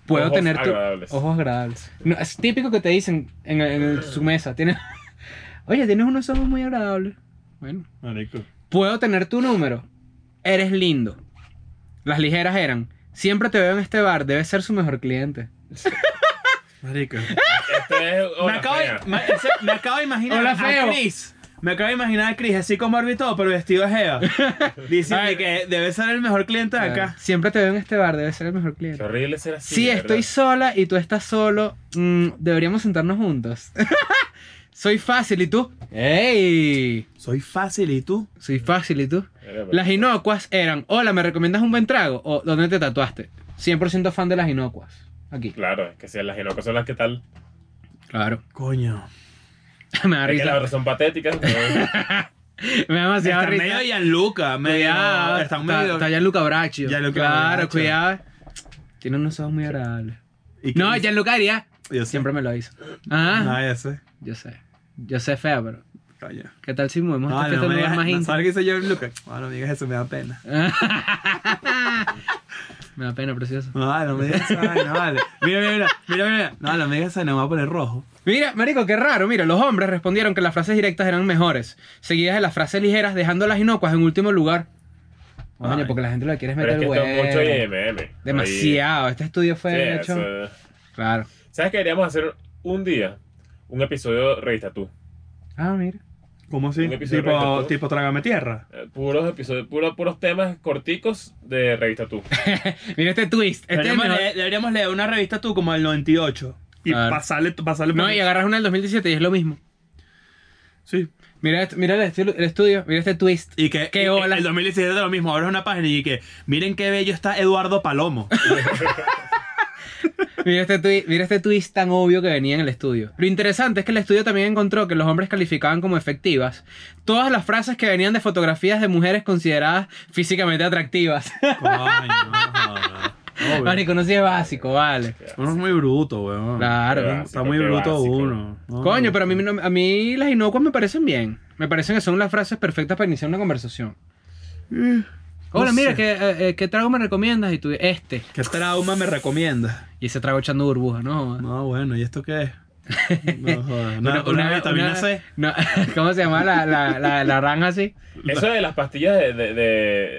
S4: Puedo
S2: Ojos
S4: tener tu-
S2: agradables.
S4: ojos agradables. No, es típico que te dicen en, en el- su mesa. Tienes, Oye, tienes unos ojos muy agradables. Bueno.
S3: Marico.
S4: Puedo tener tu número. Eres lindo. Las ligeras eran. Siempre te veo en este bar. Debes ser su mejor cliente.
S3: Marico.
S2: Este es.
S3: me,
S2: hola,
S3: acabo de,
S2: fea.
S3: ma- en serio, me acabo de imaginar
S4: Hola,
S3: a
S4: feo.
S3: Chris. Me acabo de imaginar a Chris así como árbitro, pero vestido de Jeva.
S4: Ay.
S3: Diciendo que debe ser el mejor cliente de acá.
S4: Siempre te veo en este bar. Debes ser el mejor
S2: Qué
S4: cliente.
S2: horrible ser así.
S4: Sí,
S2: de
S4: estoy
S2: verdad.
S4: sola y tú estás solo. Mm, deberíamos sentarnos juntos. Soy fácil y tú. ¡Ey!
S3: Soy fácil y tú.
S4: Soy fácil y tú.
S2: Mira, pues. pero-
S4: Las inocuas eran, hola, ¿me recomiendas un buen trago? O, ¿dónde te tatuaste? 100% fan de las inocuas. Aquí.
S2: Claro, es que si las inocuas son las que tal.
S4: Claro.
S3: Coño.
S4: Me da
S2: Es que las
S4: risa.
S2: otras son patéticas. pero-
S4: Me da demasiada
S3: Están
S4: risa.
S3: medio Gianluca. Medio,
S4: Cuidado.
S3: están
S4: está-
S3: medio.
S4: Está Gianluca Braccio.
S3: Gianluca
S4: claro,
S3: Braccio.
S4: cuidado. Tiene unos ojos muy agradables.
S3: ¿Y qué
S4: No,
S3: dice?
S4: Gianluca haría.
S3: Yo sé.
S4: Siempre me lo hizo. Ah,
S3: No, ya sé.
S4: yo sé. Yo sé fea, pero
S3: Coño.
S4: ¿qué tal si movemos
S3: Ah, No, no
S4: esta fiesta a
S3: me
S4: un lugar
S3: digas,
S4: más
S3: no,
S4: íntimo?
S3: ¿sabes qué hizo yo, Luca? No, no me digas eso, me da pena.
S4: Me da pena, precioso.
S3: No, no me digas eso, no, vale. Mira, mira, mira, mira, mira. No, no me digas eso, no me va a poner rojo.
S4: Mira, marico, qué raro. Mira, los hombres respondieron que las frases directas eran mejores, seguidas de las frases ligeras, dejando las inocuas en último lugar.
S3: Ay.
S4: Coño, porque la gente lo que quiere es
S2: Pero
S4: meter
S2: es que esto es mucho
S4: huevo.
S2: IMM.
S4: Demasiado. Este estudio fue
S2: Ahí- Sí,
S4: hecho.
S2: eso-
S4: Claro.
S2: ¿Sabes qué deberíamos hacer un día? Un episodio de Revista Tú.
S4: Ah, mira.
S3: ¿Cómo
S2: Un episodio
S3: Tipo,
S2: recto.
S3: tipo trágame tierra.
S2: Eh, Puros episodios, puros, puros temas corticos de Revista Tú.
S4: Mira este twist. Este es el
S3: deberíamos,
S4: mejor.
S3: leer, deberíamos leer una revista tú como el 98. Y
S4: Claro.
S3: pasarle, pasarle
S4: No,
S3: por-
S4: y agarras una del 2017 y es lo mismo.
S3: Sí.
S4: Mira, esto- mira el, estu- el estudio, mira este twist.
S3: Y que
S4: Qué
S3: y-
S4: hola.
S3: el 2017 era lo mismo, ahora es una página y que miren qué bello está Eduardo Palomo.
S4: Mira este, twi- mira este twist tan obvio que venía en el estudio. Lo interesante es que el estudio también encontró que los hombres calificaban como efectivas todas las frases que venían de fotografías de mujeres consideradas físicamente atractivas.
S3: Coño, no, no,
S4: Marico, no sí es básico, vale.
S3: Uno es muy bruto, weón.
S4: Claro.
S2: Ah,
S3: Está muy bruto uno. No,
S4: Coño,
S3: no.
S4: pero a mí, no- a mí las inocuas me parecen bien. Me parecen que son las frases perfectas para iniciar una conversación. Hola,
S3: Mm. no
S4: mira,
S3: sé.
S4: ¿qué, eh, eh, ¿qué trago me recomiendas? Y tú, este.
S3: ¿Qué trauma me recomienda?
S4: Y ese trago echando burbuja, ¿no?
S3: No, bueno, ¿y esto qué es? No, joder. Una,
S4: Una-
S3: una,
S4: una-
S3: vitamina
S4: una-
S3: C.
S4: no, ¿Cómo se llama la, la, la, la naranja así?
S2: Eso de las pastillas de, de, de,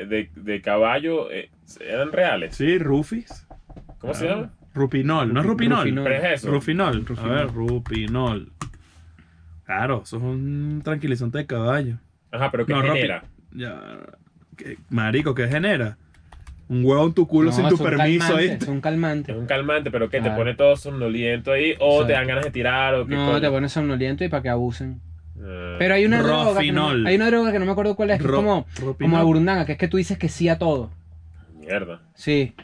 S2: de- de caballo eh, eran reales.
S3: Sí, Rufis.
S2: ¿Cómo se llama?
S3: Rupinol, Ah, no es Rupinol.
S4: Rupinol.
S2: Pero es eso.
S3: Rufinol. A
S4: Rufinol.
S3: ver, Rupinol. Claro, eso es un tranquilizante de caballo.
S2: Ajá, pero ¿qué
S3: No, Ropi-
S2: genera?
S3: Ya. ¿qué- marico, ¿qué genera? Un huevo en tu culo
S4: No,
S3: sin tu
S4: son
S3: permiso,
S4: calmantes,
S3: ¿viste?
S4: Son calmantes.
S2: Es un calmante, pero que te
S4: Claro.
S2: pone todo somnoliento ahí o te
S4: Exacto.
S2: dan ganas de tirar o qué
S4: No,
S2: coño.
S4: te pones somnoliento y para que abusen.
S2: Ah.
S4: Pero hay una droga. Que no,
S3: Rofinol.
S4: hay una droga que no me acuerdo cuál es. que es
S3: Ro-
S4: como, como la
S3: Rupinol.
S4: burundanga, que es que tú dices que sí a todo.
S2: Mierda.
S4: Sí.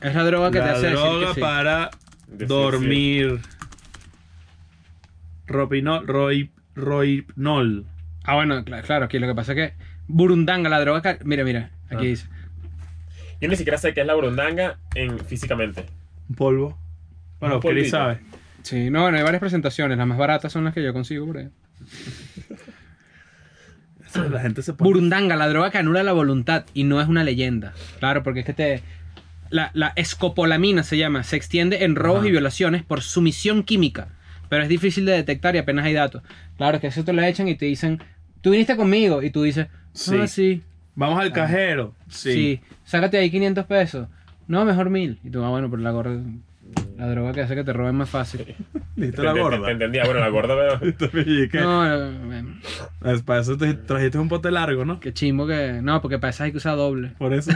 S4: Es la droga que te
S3: La
S4: hace decir
S3: droga
S4: que sí.
S3: para
S2: Decir
S3: dormir. Ropinol, roip, roipnol.
S4: Ah, bueno, cla- claro, aquí lo que pasa es que burundanga, la droga. ca- Mira, mira, aquí
S2: Ah.
S4: dice.
S2: sí. Yo ni siquiera sé qué es la burundanga en, físicamente.
S3: Un polvo. Bueno,
S2: Un
S3: Chris
S2: polvito.
S3: sabe.
S4: Sí, no, bueno, hay varias presentaciones. Las más baratas son las que yo consigo por ahí.
S3: Eso, La gente se pone.
S4: Burundanga, la droga que anula la voluntad y no es una leyenda. Claro, porque es que te. La, la escopolamina se llama, se extiende en robos
S3: Ajá.
S4: y violaciones por sumisión química, pero es difícil de detectar y apenas hay datos. Claro que eso te lo echan y te dicen, tú viniste conmigo y tú dices, sí,
S3: Sí.
S4: sí,
S3: Vamos al cajero.
S4: Ah. sí,
S3: Sí.
S4: sácate ahí 500 pesos. No, mejor mil. Y tú, ah, bueno, pero la gorda, la droga que hace que te roben más fácil.
S3: Listo
S2: Te-
S3: la
S2: te- te-
S3: gorda.
S2: Te entendía, bueno, la gorda, pero.
S3: Y que-
S4: No, eh,
S3: es Para eso te trajiste un pote largo, ¿no?
S4: qué chimbo que... No, porque para eso hay que usar doble.
S3: Por eso.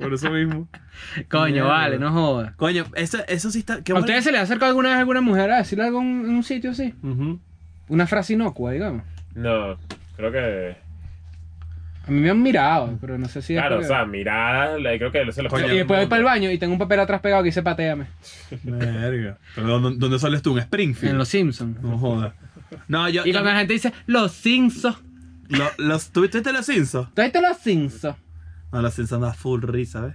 S3: Por eso mismo.
S4: Coño,
S3: Mierda.
S4: vale, no jodas.
S3: Coño, eso, eso sí está. qué
S4: ¿A
S3: bueno.
S4: ustedes se les ha acercado alguna vez alguna mujer a decirle algo en un- en un sitio así?
S3: Ujú.
S4: Una frase inocua, digamos.
S2: No, creo que.
S4: A mí me han mirado, pero no sé si... es
S2: Claro, o
S4: porque-
S2: sea, miradas, la- creo que eso lo
S3: Coño.
S4: Y después voy para el baño y tengo un papel atrás pegado que dice pateame.
S3: Verga. Pero ¿dónde, dónde sales tú? ¿En Springfield?
S4: En Los Simpsons.
S3: No jodas. No, yo.
S4: Y cuando la gente dice, Los Simpsons.
S3: lo- los, ¿Tú viste los Simpsons?
S4: ¿Tú has visto Los Simpsons?
S3: No, los Simpsons da full risa, ¿ves?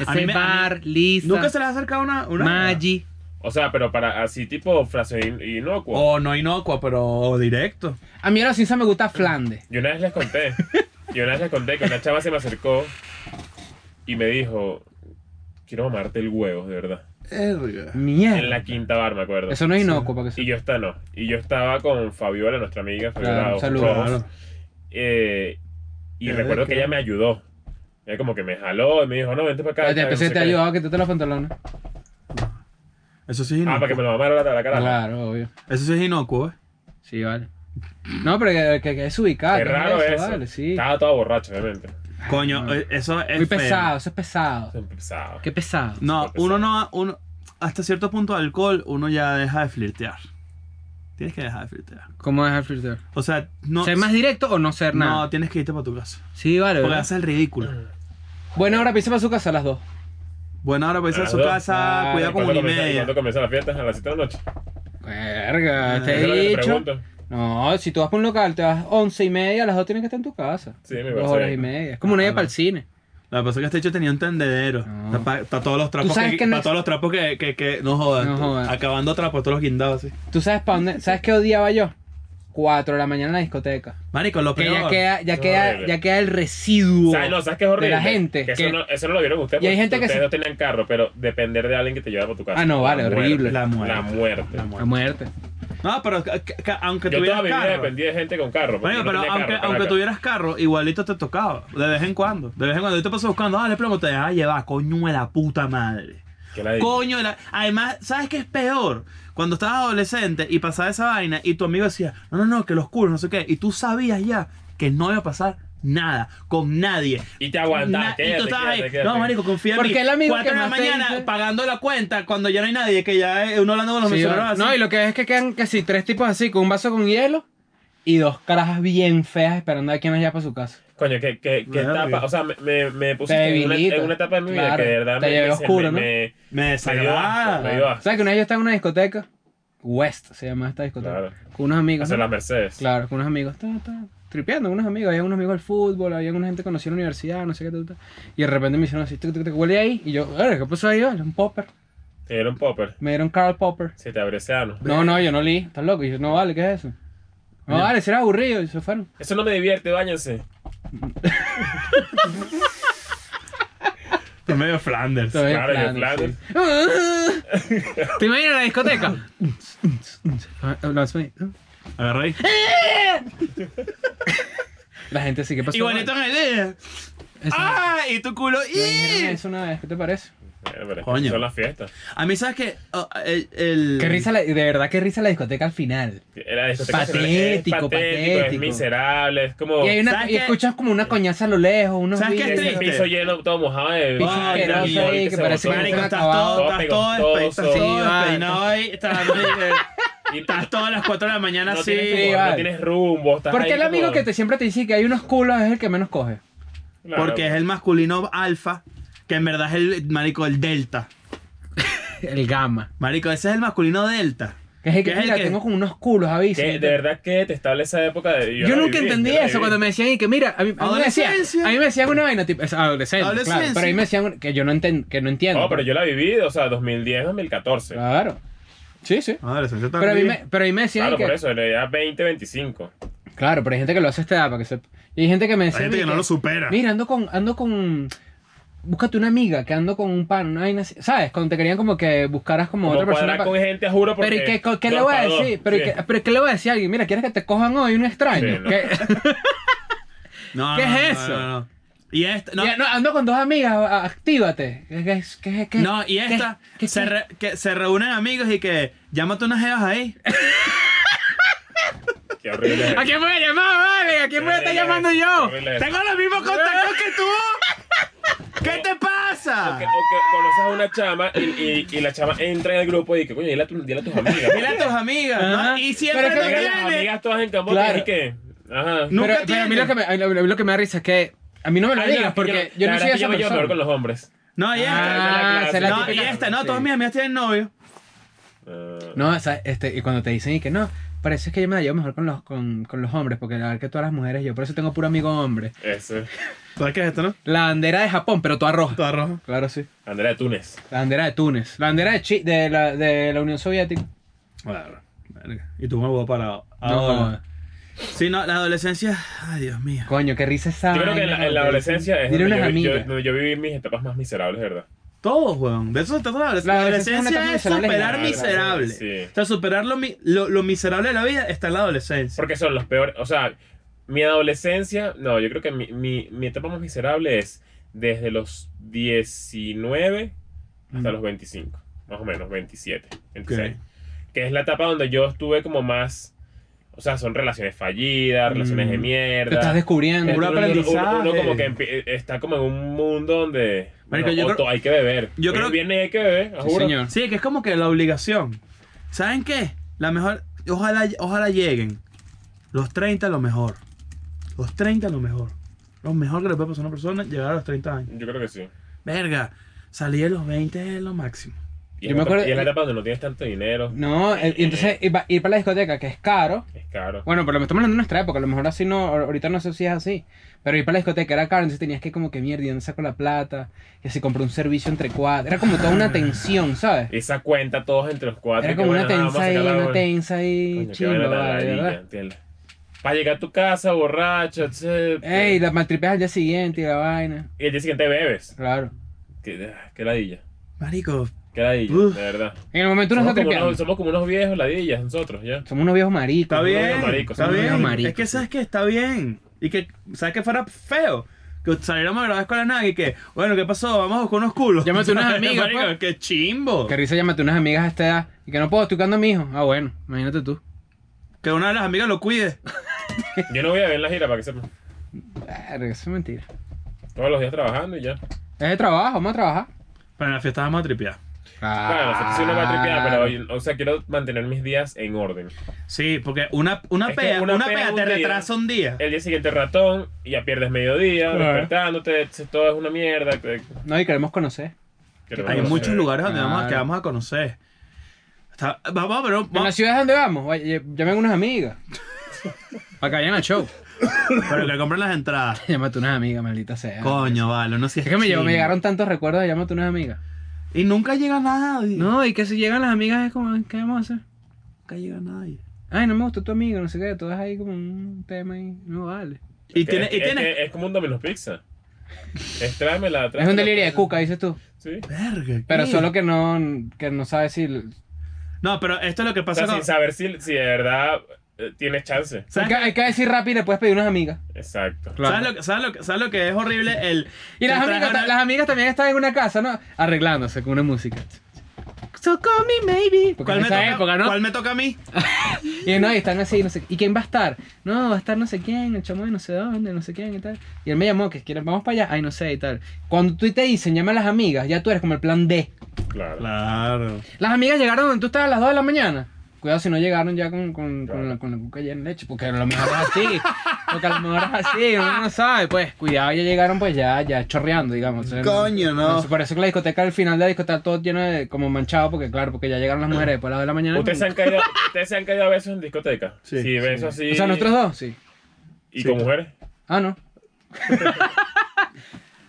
S4: Ese
S3: A mí me- a mí-
S4: bar, Lisa,
S3: ¿Nunca se les ha acercado una. una...
S4: Maggie.
S2: O sea, pero para así tipo frase in- inocua.
S3: O no inocua, pero o directo.
S4: A mí Los Simpsons me gusta Flandes.
S2: Yo una vez les conté, yo una vez les conté que una chava se me acercó y me dijo, quiero mamarte el huevo, de verdad.
S3: Verga.
S2: En
S4: Mierda.
S2: la quinta bar, me acuerdo.
S4: Eso no es inocuo, para que
S2: Y
S4: se...
S2: yo estaba, no. Y yo estaba con Fabiola, nuestra amiga, Fabiola.
S4: Claro, un saludo.
S2: Rojas.
S3: Claro.
S2: Eh, y
S3: Pero
S2: recuerdo
S3: es
S2: que
S3: que-
S2: ella me ayudó. Ella como que me jaló y me dijo, no, vente para acá.
S4: Pero
S2: tal,
S4: Después se
S2: no
S4: te
S2: sé
S4: ha
S2: qué.
S4: ayudado a quitarte los pantalones.
S3: Eso sí es
S2: Ah,
S3: inocuo.
S2: para que me lo mamara la, la cara.
S4: Claro, obvio.
S3: Eso sí es inocuo, ¿eh?
S4: Sí, vale. No, pero que, que, que es ubicado.
S2: Qué
S4: que
S2: raro eso.
S4: Vale, sí.
S2: Estaba todo borracho, obviamente.
S3: Coño,
S4: no.
S3: eh, eso es.
S4: Ah. Muy
S3: feo.
S4: pesado, eso es pesado.
S2: Pesado.
S4: Qué pesado.
S3: No,
S2: Súper
S3: uno no. Uno, hasta cierto punto de alcohol, uno ya deja de flirtear. Tienes que dejar de flirtear.
S4: ¿Cómo dejar flirtear?
S3: O sea, no.
S4: ¿Ser más directo o no ser nada?
S3: no, tienes que irte para tu casa.
S4: Sí, vale.
S3: Porque
S4: ¿verdad?
S3: haces el ridículo.
S2: Ah.
S4: Bueno, ahora piensa para su casa a las dos.
S3: Bueno, ahora vais a
S2: Las
S3: su
S2: dos.
S3: casa,
S4: Claro.
S3: cuidado como
S2: ¿Cuándo
S3: una y
S2: comienza-
S3: media.
S2: ¿Cuándo comienzan las fiestas? A las 7 de la noche.
S4: Verga,
S2: Ah, Eso es lo que
S4: te he
S2: te
S4: dicho.
S2: pregunto.
S4: No, si tú vas para un local, te vas once y media, a las dos tienes que estar en tu casa.
S2: Sí, me
S4: Dos
S2: parece
S4: horas y
S2: bien.
S4: media. Es como una ida
S3: Ah,
S4: para el cine.
S3: Lo que pasa es que este hecho tenía un tendedero.
S4: No.
S3: Está Para todos los trapos,
S4: Ah. sabes
S3: que,
S4: que no
S3: pa'
S4: es-
S3: todos los trapos que, que, que- no jodan.
S4: No
S3: tú,
S4: jodan.
S3: Acabando trapos, todos los guindados así.
S4: ¿Tú sabes para dónde? ¿Sabes qué odiaba yo? Cuatro de la mañana en la discoteca.
S3: Marico, lo
S4: Que
S3: peor.
S4: ya queda, ya
S2: No,
S4: queda,
S2: horrible.
S4: ya queda el residuo.
S2: ¿Sabes? No, ¿sabes qué es horrible?
S4: la gente,
S2: Que eso,
S4: que-
S2: No, eso no lo vieron ustedes.
S4: Y hay
S2: porque
S4: gente que
S2: ustedes
S4: se-
S2: no tenían carro, pero depender de alguien que te llevara para tu casa.
S4: Ah, no, vale,
S2: muerte.
S4: horrible.
S3: La muerte.
S2: La muerte.
S3: La
S4: A
S3: muerte.
S4: muerte.
S3: No, pero ca- ca- aunque
S2: Yo toda
S3: tuvieras
S2: mi vida
S3: carro.
S2: dependí de gente con carro. porque
S3: Marico,
S2: yo no
S3: pero
S2: tenía
S3: aunque,
S2: carro,
S3: aunque
S2: caraca.
S3: tuvieras carro, igualito te tocaba. De vez en cuando. De vez en cuando. Yo te paso buscando. ah, Dale, plomo, te dejaba llevar. Coño de la puta madre.
S2: Que la-
S3: Coño, de la... además, ¿sabes qué es peor? Cuando estabas adolescente y pasaba esa vaina y tu amigo decía, no, no, no, que los culos, no sé qué, y tú sabías ya que no iba a pasar nada con nadie.
S2: Y te aguantaste.
S3: Na- y tú estabas ahí, no, marico, confía en
S4: Porque
S3: mí.
S4: el amigo
S3: Cuatro
S4: que
S3: de la
S4: más te
S3: mañana
S4: dice-
S3: pagando la cuenta cuando ya no hay nadie, que ya eh, uno hablando con los
S4: Sí, va.
S3: meseros
S4: no, y
S3: así.
S4: lo que ves es que quedan casi tres tipos así, con un vaso con hielo y dos carajas bien feas esperando a quien las lleve para su casa.
S2: Coño, que, que, que
S3: Verga.
S2: etapa. O sea, me, me, me pusiste en una,
S4: debilita.
S2: en una etapa de mi vida
S4: Claro,
S2: que de verdad
S4: te
S2: me,
S4: llevé
S2: me-
S4: oscuro,
S2: me,
S4: ¿no?
S2: me-
S3: Me
S2: me dio asco. Me
S3: desagrada.
S2: dio asco.
S4: ¿Sabes que una vez yo estaba en una discoteca? West se llama esta discoteca.
S2: Claro.
S4: Con unos amigos.
S2: Hacer
S4: ¿no?
S2: las Mercedes.
S4: Claro, con unos amigos. Ta, ta, tripeando, unos amigos. Había unos amigos del fútbol, había una gente conocida en la universidad, no sé qué. ta, ta. Y de repente me hicieron así, te, huele ahí. Y yo, "Verga, ¿qué pasó ahí? vale? Un popper.
S2: Te dieron popper.
S4: Me dieron Carl Popper.
S2: Se te abrió ese ano.
S4: No, no, yo no leí. Estás loco. Y yo, no vale, ¿qué es eso? No vale, será aburrido. Y se fueron.
S2: Eso no me divierte, váyanse.
S3: Es medio Flanders.
S4: Estoy
S2: Claro, yo
S4: en
S2: claro.
S4: planes, sí. ¿Te imaginas la discoteca? Los-
S3: Agarra ahí.
S4: la gente sí que pasó.
S3: Igualito en el dedo. eh.
S4: Eso-
S3: ¡Ah! Y tu culo.
S4: Me dijeron
S3: ¡ih!
S4: Eso una vez, ¿qué te parece?
S2: Bueno, pero es que
S3: Coño.
S2: Son las fiestas.
S3: A mí, ¿sabes qué? Oh, el, el-
S4: Qué risa la- de verdad, qué risa la discoteca al final.
S2: La discoteca
S4: Patético,
S2: es Es
S4: patético.
S2: miserable, es como.
S4: Y, hay una,
S3: ¿sabes
S4: y
S3: qué?
S4: escuchas como una coñaza a lo lejos, unos
S3: ¿Sabes qué es
S2: ese
S4: vidrios,
S3: triste?
S2: piso lleno, todo mojado de.
S4: Piso
S2: Ay,
S4: asqueroso
S2: Dios mío,
S4: ahí,
S2: ahorita
S4: que
S2: se
S4: parece
S2: botó.
S4: que
S3: Marico,
S4: no
S3: estás
S4: acabado.
S3: todo, estás
S2: Todo
S3: todo, despe- estás
S2: pegostoso.
S3: todo
S4: Sí, vale.
S3: despeinado ahí, estás, eh,
S2: Y-
S3: estás todas las 4 de la mañana
S2: no
S3: así.
S2: tienes,
S4: Sí,
S2: rumbo,
S4: vale.
S2: no tienes rumbo. Estás
S4: Porque
S2: ahí
S4: el amigo
S2: como-
S4: que te siempre te dice que hay unos culos es el que menos coge.
S2: Claro.
S3: Porque es el masculino alfa, que en verdad es el marico, el delta.
S4: El gama.
S3: Marico, ese es el masculino delta.
S4: Que es el
S3: ¿Qué
S4: que,
S3: es el
S4: mira,
S3: que-
S4: tengo como unos culos, aviso.
S2: Que de verdad que te estable esa época de.
S4: Yo,
S2: la
S4: nunca
S2: viví,
S4: entendí
S2: yo la
S4: eso
S2: viví.
S4: cuando me decían y que mira, a mí, a mí me decían,
S3: Adolescencia.
S4: a mí me decían una vaina tipo es adolescente, claro,
S3: Adolescencia.
S4: pero a mí me decían que yo no enten- que no entiendo. pues.
S2: No, pero yo la viví, o sea, 2010, 2014. Claro,
S4: Claro. Sí, sí.
S3: Madre, Ah, eso está
S4: Pero a mí
S3: bien.
S4: me, pero a mí me decían que
S2: por eso, en realidad 20, 25.
S4: Claro, pero hay gente que lo hace a esta edad para que sepa. Y hay gente que me
S3: Hay
S4: decía
S3: gente que no lo supera.
S4: Mira, ando con ando con búscate una amiga que ando con un pan, una vaina así. ¿Sabes? Cuando te querían como que buscaras como,
S2: Como
S4: otra persona.
S2: cuadrar
S4: pa-
S2: con gente, juro, porque...
S4: Pero ¿y qué, qué le voy a
S2: dos,
S4: decir? Pero, ¿y
S2: sí.
S4: qué, pero ¿qué le voy a decir a alguien? Mira, ¿quieres que te cojan hoy un extraño?
S2: Sí, no.
S4: ¿Qué-
S3: No,
S4: ¿Qué
S3: no,
S4: es
S3: no,
S4: eso?
S3: no, no. Y esta, no,
S4: Ya, no, ando con dos amigas, a- actívate. ¿Qué, qué, qué- qué-
S3: no, y
S4: qué-
S3: esta
S4: qué-
S3: se,
S4: qué-
S3: re- que se reúnen amigos y que llámate unas jevas ahí.
S2: Qué horrible es
S4: ¿A
S2: eso.
S4: quién voy a llamar, vale? ¿A quién voy a estar
S2: Qué horrible
S4: llamando
S2: es-
S4: yo?
S2: qué horrible es eso.
S3: Tengo los mismos contactos que tú. ¿Qué te pasa?
S4: Ah.
S2: O que, o que conoces a una chama y, y, y la chama entra en el grupo y que, coño, dile a, tu- dile a tus amigas.
S3: Dile a tus amigas, ¿no?
S4: Ajá.
S3: Y siempre
S4: Pero
S3: te
S4: que-
S2: Tengan las
S3: viene.
S2: amigas todas en Camboya
S4: Claro.
S2: y que... Ajá.
S3: No,
S4: Pero,
S3: nunca
S4: pero a, mí
S3: tiene.
S4: lo que me, a mí lo que me da risa es que a mí no me lo
S2: Ay, no,
S4: digas porque yo
S2: la
S4: no
S2: verdad
S4: soy
S2: es que
S4: esa
S2: yo me llevo
S4: persona.
S2: peor con los hombres.
S3: No, y esta.
S4: Ah,
S2: esa es la
S4: esa es la
S2: clase.
S3: no, y
S4: típica-
S3: esta, no,
S4: sí.
S3: todas mis amigas tienen novio.
S2: Ah.
S4: No, o sea, este, y cuando te dicen y que no, parece que yo me la llevo mejor con los, con, con los hombres, porque la verdad que todas las mujeres yo, por eso tengo puro amigo hombre.
S2: Eso.
S3: ¿Sabes qué es esto, no?
S4: La bandera de Japón, pero toda roja.
S3: Toda roja.
S4: Claro, sí.
S2: Andrea de Túnez.
S4: La bandera de Túnez. La bandera de, Chi- de, la, de la Unión Soviética.
S3: Bueno, verga. Y tú me voy parado.
S2: Ah,
S4: No,
S3: Ahora. Sí, no, la adolescencia. Ay, Dios mío.
S4: coño, qué risa esa.
S2: Yo creo que en
S4: vaina,
S2: la, en la
S4: ¿no?
S2: adolescencia es
S4: Dile
S2: donde
S4: unas
S2: yo, vi- yo-
S4: amigas.
S2: donde yo viví mis etapas más miserables, de ¿verdad?
S3: Todos, weón. De eso se trata la adolescencia. La
S4: La
S3: adolescencia,
S4: adolescencia
S3: es
S4: es una etapa
S3: superar
S2: miserable.
S3: miserable.
S2: Sí.
S3: O sea, superar lo, mi- lo, lo miserable de la vida está en la adolescencia.
S2: Porque son los peores. O sea, mi adolescencia. No, yo creo que mi, mi, mi etapa más miserable es desde los 19 hasta
S3: Mm.
S2: los 25. Más o menos, 27, 26.
S3: Ok.
S2: Que es la etapa donde yo estuve como más. O sea, son relaciones fallidas, relaciones de
S3: Mm.
S2: mierda.
S4: Te estás descubriendo.
S2: Uno-
S3: Puro
S2: uno-
S3: aprendizaje.
S2: Uno, como que empie- está como en un mundo donde
S3: Marico,
S2: bueno,
S3: yo
S2: o
S3: creo-
S2: to- hay que beber.
S3: yo
S2: Hoy
S3: creo-
S2: viene y hay que beber,
S4: Sí,
S2: juro.
S4: señor.
S3: Sí, que es como que la obligación. ¿Saben qué? La mejor. Ojalá, ojalá lleguen. Los 30 lo mejor. Los 30 lo mejor. Lo mejor que le puede pasar a una persona es llegar a los 30 años.
S2: Yo creo que sí.
S3: Verga, salir de los 20 es lo máximo.
S2: Y
S4: Yo
S2: es
S4: me
S2: la-
S4: acuerdo-
S2: y es la etapa donde no tienes tanto dinero,
S4: No, eh, y entonces ir, pa- ir para la discoteca, que es caro.
S2: es caro.
S4: Bueno, pero me estamos hablando de nuestra época, a lo mejor así no, ahor- ahorita no sé si es así. Pero ir para la discoteca era caro, entonces tenías que como que mierda, ¿y dónde saco la plata? Y así compré un servicio entre cuatro. Era como toda
S2: Ah.
S4: una tensión, ¿sabes?
S2: Esa cuenta todos entre los cuatro.
S4: Era
S2: que
S4: como
S2: bueno,
S4: una
S2: nada, vamos
S4: tensa
S2: a
S4: ahí,
S2: sacar la-
S4: una tensa ahí,
S2: Coño, qué vaina
S4: chimba,
S2: tan
S4: vale,
S2: ladilla,
S4: ¿verdad?
S2: ¿entiendes? Para llegar a tu casa borracho, etc.
S4: Ey, la maltripeas al día siguiente y la vaina.
S2: Y el día siguiente bebes.
S4: Claro.
S2: Qué, ah, qué ladilla.
S3: Marico,
S2: Qué ladilla,
S3: Uf.
S2: de verdad.
S4: En el momento no
S2: Somos
S4: está
S2: como, unos,
S4: tripeando.
S2: somos como unos viejos ladillas nosotros, ya.
S4: Somos unos viejos maricos.
S3: está
S4: unos
S3: bien.
S4: viejos maricos.
S2: marico,
S3: está
S2: somos
S3: bien.
S4: unos maricos,
S3: es que
S4: sí.
S3: sabes que está bien. Y que, ¿sabes que fuera feo? Que saliéramos a grabar con la nada y que, bueno, ¿qué pasó? Vamos a buscar unos culos.
S4: Llámate unas amigas,
S3: Marico,
S4: pues.
S3: qué chimbo.
S4: Que risa llámate unas amigas a esta edad. Y que no puedo, estoy cuidando a mi hijo. Ah, bueno, imagínate tú.
S3: Que una de las amigas lo cuide.
S2: Yo no voy a ver la gira para que sepan.
S4: Verga, eso es mentira.
S2: Todos los días trabajando y ya.
S4: Es de trabajo, vamos a trabajar.
S3: Pero en la fiesta vamos a tripear.
S2: Claro, sé que soy una patripeada,
S4: Ah,
S2: pero oye, o sea, quiero mantener mis días en orden.
S3: Sí, porque una, una
S2: Es que
S3: pea,
S2: una
S3: una,
S2: pea
S3: pea
S2: es
S3: te
S2: un día.
S3: retrasa un día.
S2: El día siguiente ratón y ya pierdes mediodía,
S4: Claro.
S2: despertándote, etc. todo es una mierda. que-
S4: No, y queremos conocer.
S2: que no
S3: Hay
S2: sé.
S3: muchos lugares donde vamos, a- que
S4: Claro.
S3: vamos a conocer. Está- vamos, pero
S4: En las
S3: vamos-
S4: ciudades donde vamos, Oye, eh, llamen unas amigas. Para que vayan al show.
S3: pero que compren las entradas.
S4: Llámate unas amigas, maldita sea.
S3: Coño, vale, no sé si
S4: Es que me, llevo- me
S3: chimbo.
S4: llegaron tantos recuerdos de llámate unas amigas.
S3: Y nunca llega nadie.
S4: No, y que si llegan las amigas es como, ¿qué vamos a hacer?
S3: Nunca llega nadie.
S4: Ay, no me gustó tu amigo, no sé qué, todo es ahí como un tema ahí. No vale.
S3: Y
S2: Que-
S3: tiene,
S2: es,
S3: y
S2: que-
S3: tiene.
S2: es que- es como un Domino's Pizza. Es tráemela,
S4: Es
S2: tráemela.
S4: un delirio de cuca, dices tú.
S2: Sí.
S3: Verga.
S4: Pero
S3: ¿qué?
S4: solo que no, que no sabes si.
S3: No, pero esto es lo que
S2: O
S3: pasa
S2: sea,
S3: con.
S2: sin saber si, si de verdad eh, tienes chance.
S4: Hay
S3: ¿Sabes,
S4: que, hay que decir rápido y le puedes pedir unas amigas.
S2: Exacto.
S4: Claro.
S3: sabes lo, que- sabes lo que- sabes lo que es horrible? El,
S4: Y las
S3: el traje
S4: amigas,
S3: una-
S4: las amigas también están en una casa, ¿no? Arreglándose con una música. So call me maybe. Porque
S3: ¿cuál,
S4: en
S3: me
S4: esa
S3: toca,
S4: época, ¿no?
S3: ¿Cuál me toca a mí?
S4: Y no, y están así, no sé. ¿Y quién va a estar? No, va a estar no sé quién, el chamo de no sé dónde, no sé quién y tal. Y él me llamó, que quieren, vamos para allá. Ay, no sé y tal. Cuando tú te dicen, llama a las amigas, ya tú eres como el plan D.
S2: Claro.
S3: Claro.
S4: Las amigas llegaron donde tú estabas a las 2 de la mañana. Cuidado si no llegaron ya con, con,
S2: Claro.
S4: con, la, con la cuca llena de leche, porque a lo mejor es así. Porque a lo mejor es así, uno no sabe. Pues cuidado, ya llegaron pues ya, ya chorreando, digamos. O sea,
S3: Coño, no.
S4: Entonces, por eso que la discoteca, al final de la discoteca, todo lleno de como manchado, porque claro, porque ya llegaron las mujeres después de las 2 de la mañana.
S2: ¿Ustedes se, han caído, ¿Ustedes se han caído a besos en discoteca?
S3: Sí.
S2: Sí, besos así.
S4: O sea, nosotros dos, sí.
S2: ¿Y
S3: Sí.
S2: con mujeres?
S4: Ah, no.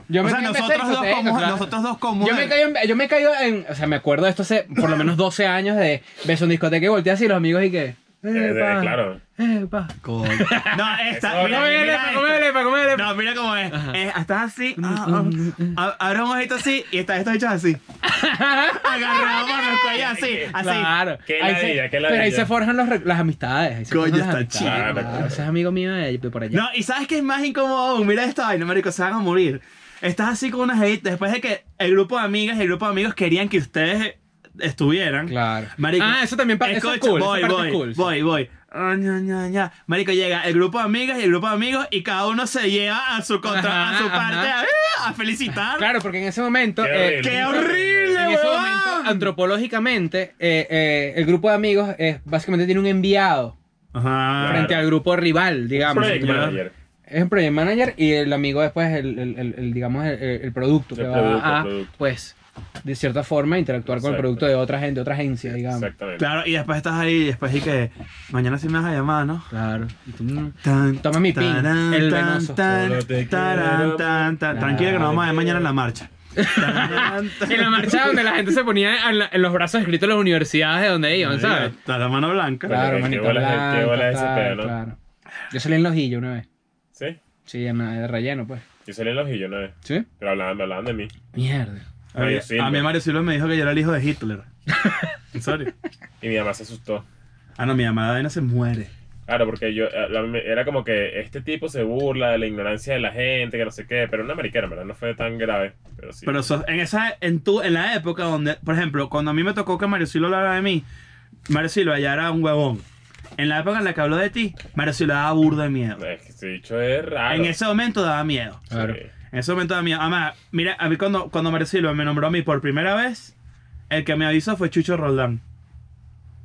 S4: yo
S3: O sea,
S4: caí en
S3: nosotros
S4: veces
S3: dos
S4: discotecas,
S3: como-
S4: claro.
S3: nosotros dos como
S4: Yo me
S3: mujeres.
S4: caí en, yo me caí en, o sea, me acuerdo de esto hace por lo menos 12 años de beso en discoteca y volteé así y los amigos y que
S2: Eh, de-
S4: Epa,
S2: claro.
S4: epa.
S3: Con- No, esta.
S2: Eso,
S3: mira,
S2: no,
S3: mira
S4: Comele,
S3: esta.
S4: pa, comele, pa, comele.
S3: No, mira cómo es.
S4: Ajá. Mm,
S3: Eh, estás así. ah, ah, a- abre un ojito así y está estos hechos así. Agarrado por los cuellos así. Así.
S4: Claro.
S2: Qué
S4: Ahí se-
S2: ladilla, qué
S4: Pero ahí
S2: ladilla.
S4: se forjan los re- las amistades. ahí se
S3: Coño,
S4: forjan las
S3: está
S4: amistades,
S2: chido.
S4: claro.
S2: Claro.
S4: Ese es amigo mío de de por allá.
S3: No, y sabes que es más incómodo aún. Mira esta vaina, marico. Se van a morir. Estás así con una gente después de que el grupo de amigas y el grupo de amigos querían que ustedes estuvieran.
S4: Claro.
S3: Marico,
S4: ah, eso también pa- eso es
S3: Escucha,
S4: cool.
S3: Voy,
S4: esa parte
S3: voy,
S4: es cool.
S3: voy, voy. Ah, ña, ña, ña. Marico, llega el grupo de amigas y el grupo de amigos y cada uno se lleva a su contra,
S4: Ajá,
S3: a su
S4: ajá.
S3: parte a, a felicitar.
S4: Claro, porque en ese momento.
S2: Qué
S4: eh,
S2: horrible.
S3: ¡Qué horrible,
S4: En ese
S3: huevón!
S4: momento, antropológicamente, eh, eh, el grupo de amigos eh, básicamente tiene un enviado
S3: Ajá.
S4: frente al grupo rival, digamos.
S2: Project
S3: ya.
S2: manager.
S4: Es el project manager y el amigo después, el, el- el- el, digamos, el, el producto
S2: El
S4: que
S2: producto,
S4: va a,
S2: el producto.
S4: pues, de cierta forma, interactuar con el
S2: Exacto.
S4: producto de otra gente, otra agencia, digamos.
S2: Exactamente.
S3: Claro, y después estás ahí y después y que mañana sí me vas a llamar, ¿no?
S4: Claro. Y tú, mm,
S3: Tan,
S4: Toma mi pin,
S3: tarán,
S4: el
S3: tan,
S4: venoso.
S3: tan,
S2: Solo te
S3: tarán,
S2: quiero-
S3: tan, tan. Tranquila que nos vamos a ver mañana en la marcha. Tarán, tan.
S4: En la marcha donde la gente se ponía en, la- en los brazos escritos en las universidades de donde iban, ¿sabes?
S3: Está la mano blanca.
S2: Claro,
S4: Claro,
S2: qué
S4: manito
S2: bola es- qué
S4: blanca,
S2: bola es ese
S4: tal,
S2: pedo, ¿no?
S4: claro. Yo salí en los hillos una vez.
S2: ¿Sí?
S4: Sí, en la de relleno, pues.
S2: Yo salí en los hillos una vez.
S4: ¿Sí?
S2: Pero hablaban, me hablaban de mí.
S4: Mierda.
S3: A mí-
S2: Mario Silva.
S3: a mí Mario Silva me dijo que yo era el hijo de Hitler. ¿En serio?
S2: Y mi mamá se asustó.
S3: Ah, no, mi amada vaina se muere.
S2: Claro, porque yo eh, la- me- era como que este tipo se burla de la ignorancia de la gente, que no sé qué, pero una mariquera, en ¿verdad? No fue tan grave, pero sí.
S3: Pero eso- en esa, en tu, en la época donde, por ejemplo, cuando a mí me tocó que Mario Silva hablara de mí, Mario Silva ya era un huevón. En la época en la que habló de ti, Mario Silva daba burda de miedo.
S2: Es que ese dicho es raro.
S3: En ese momento daba miedo.
S2: Sí.
S4: Claro.
S3: En ese momento daba miedo. Además, mira, a mí cuando, cuando Mario Silva me nombró a mí por primera vez, el que me avisó fue Chucho Roldán.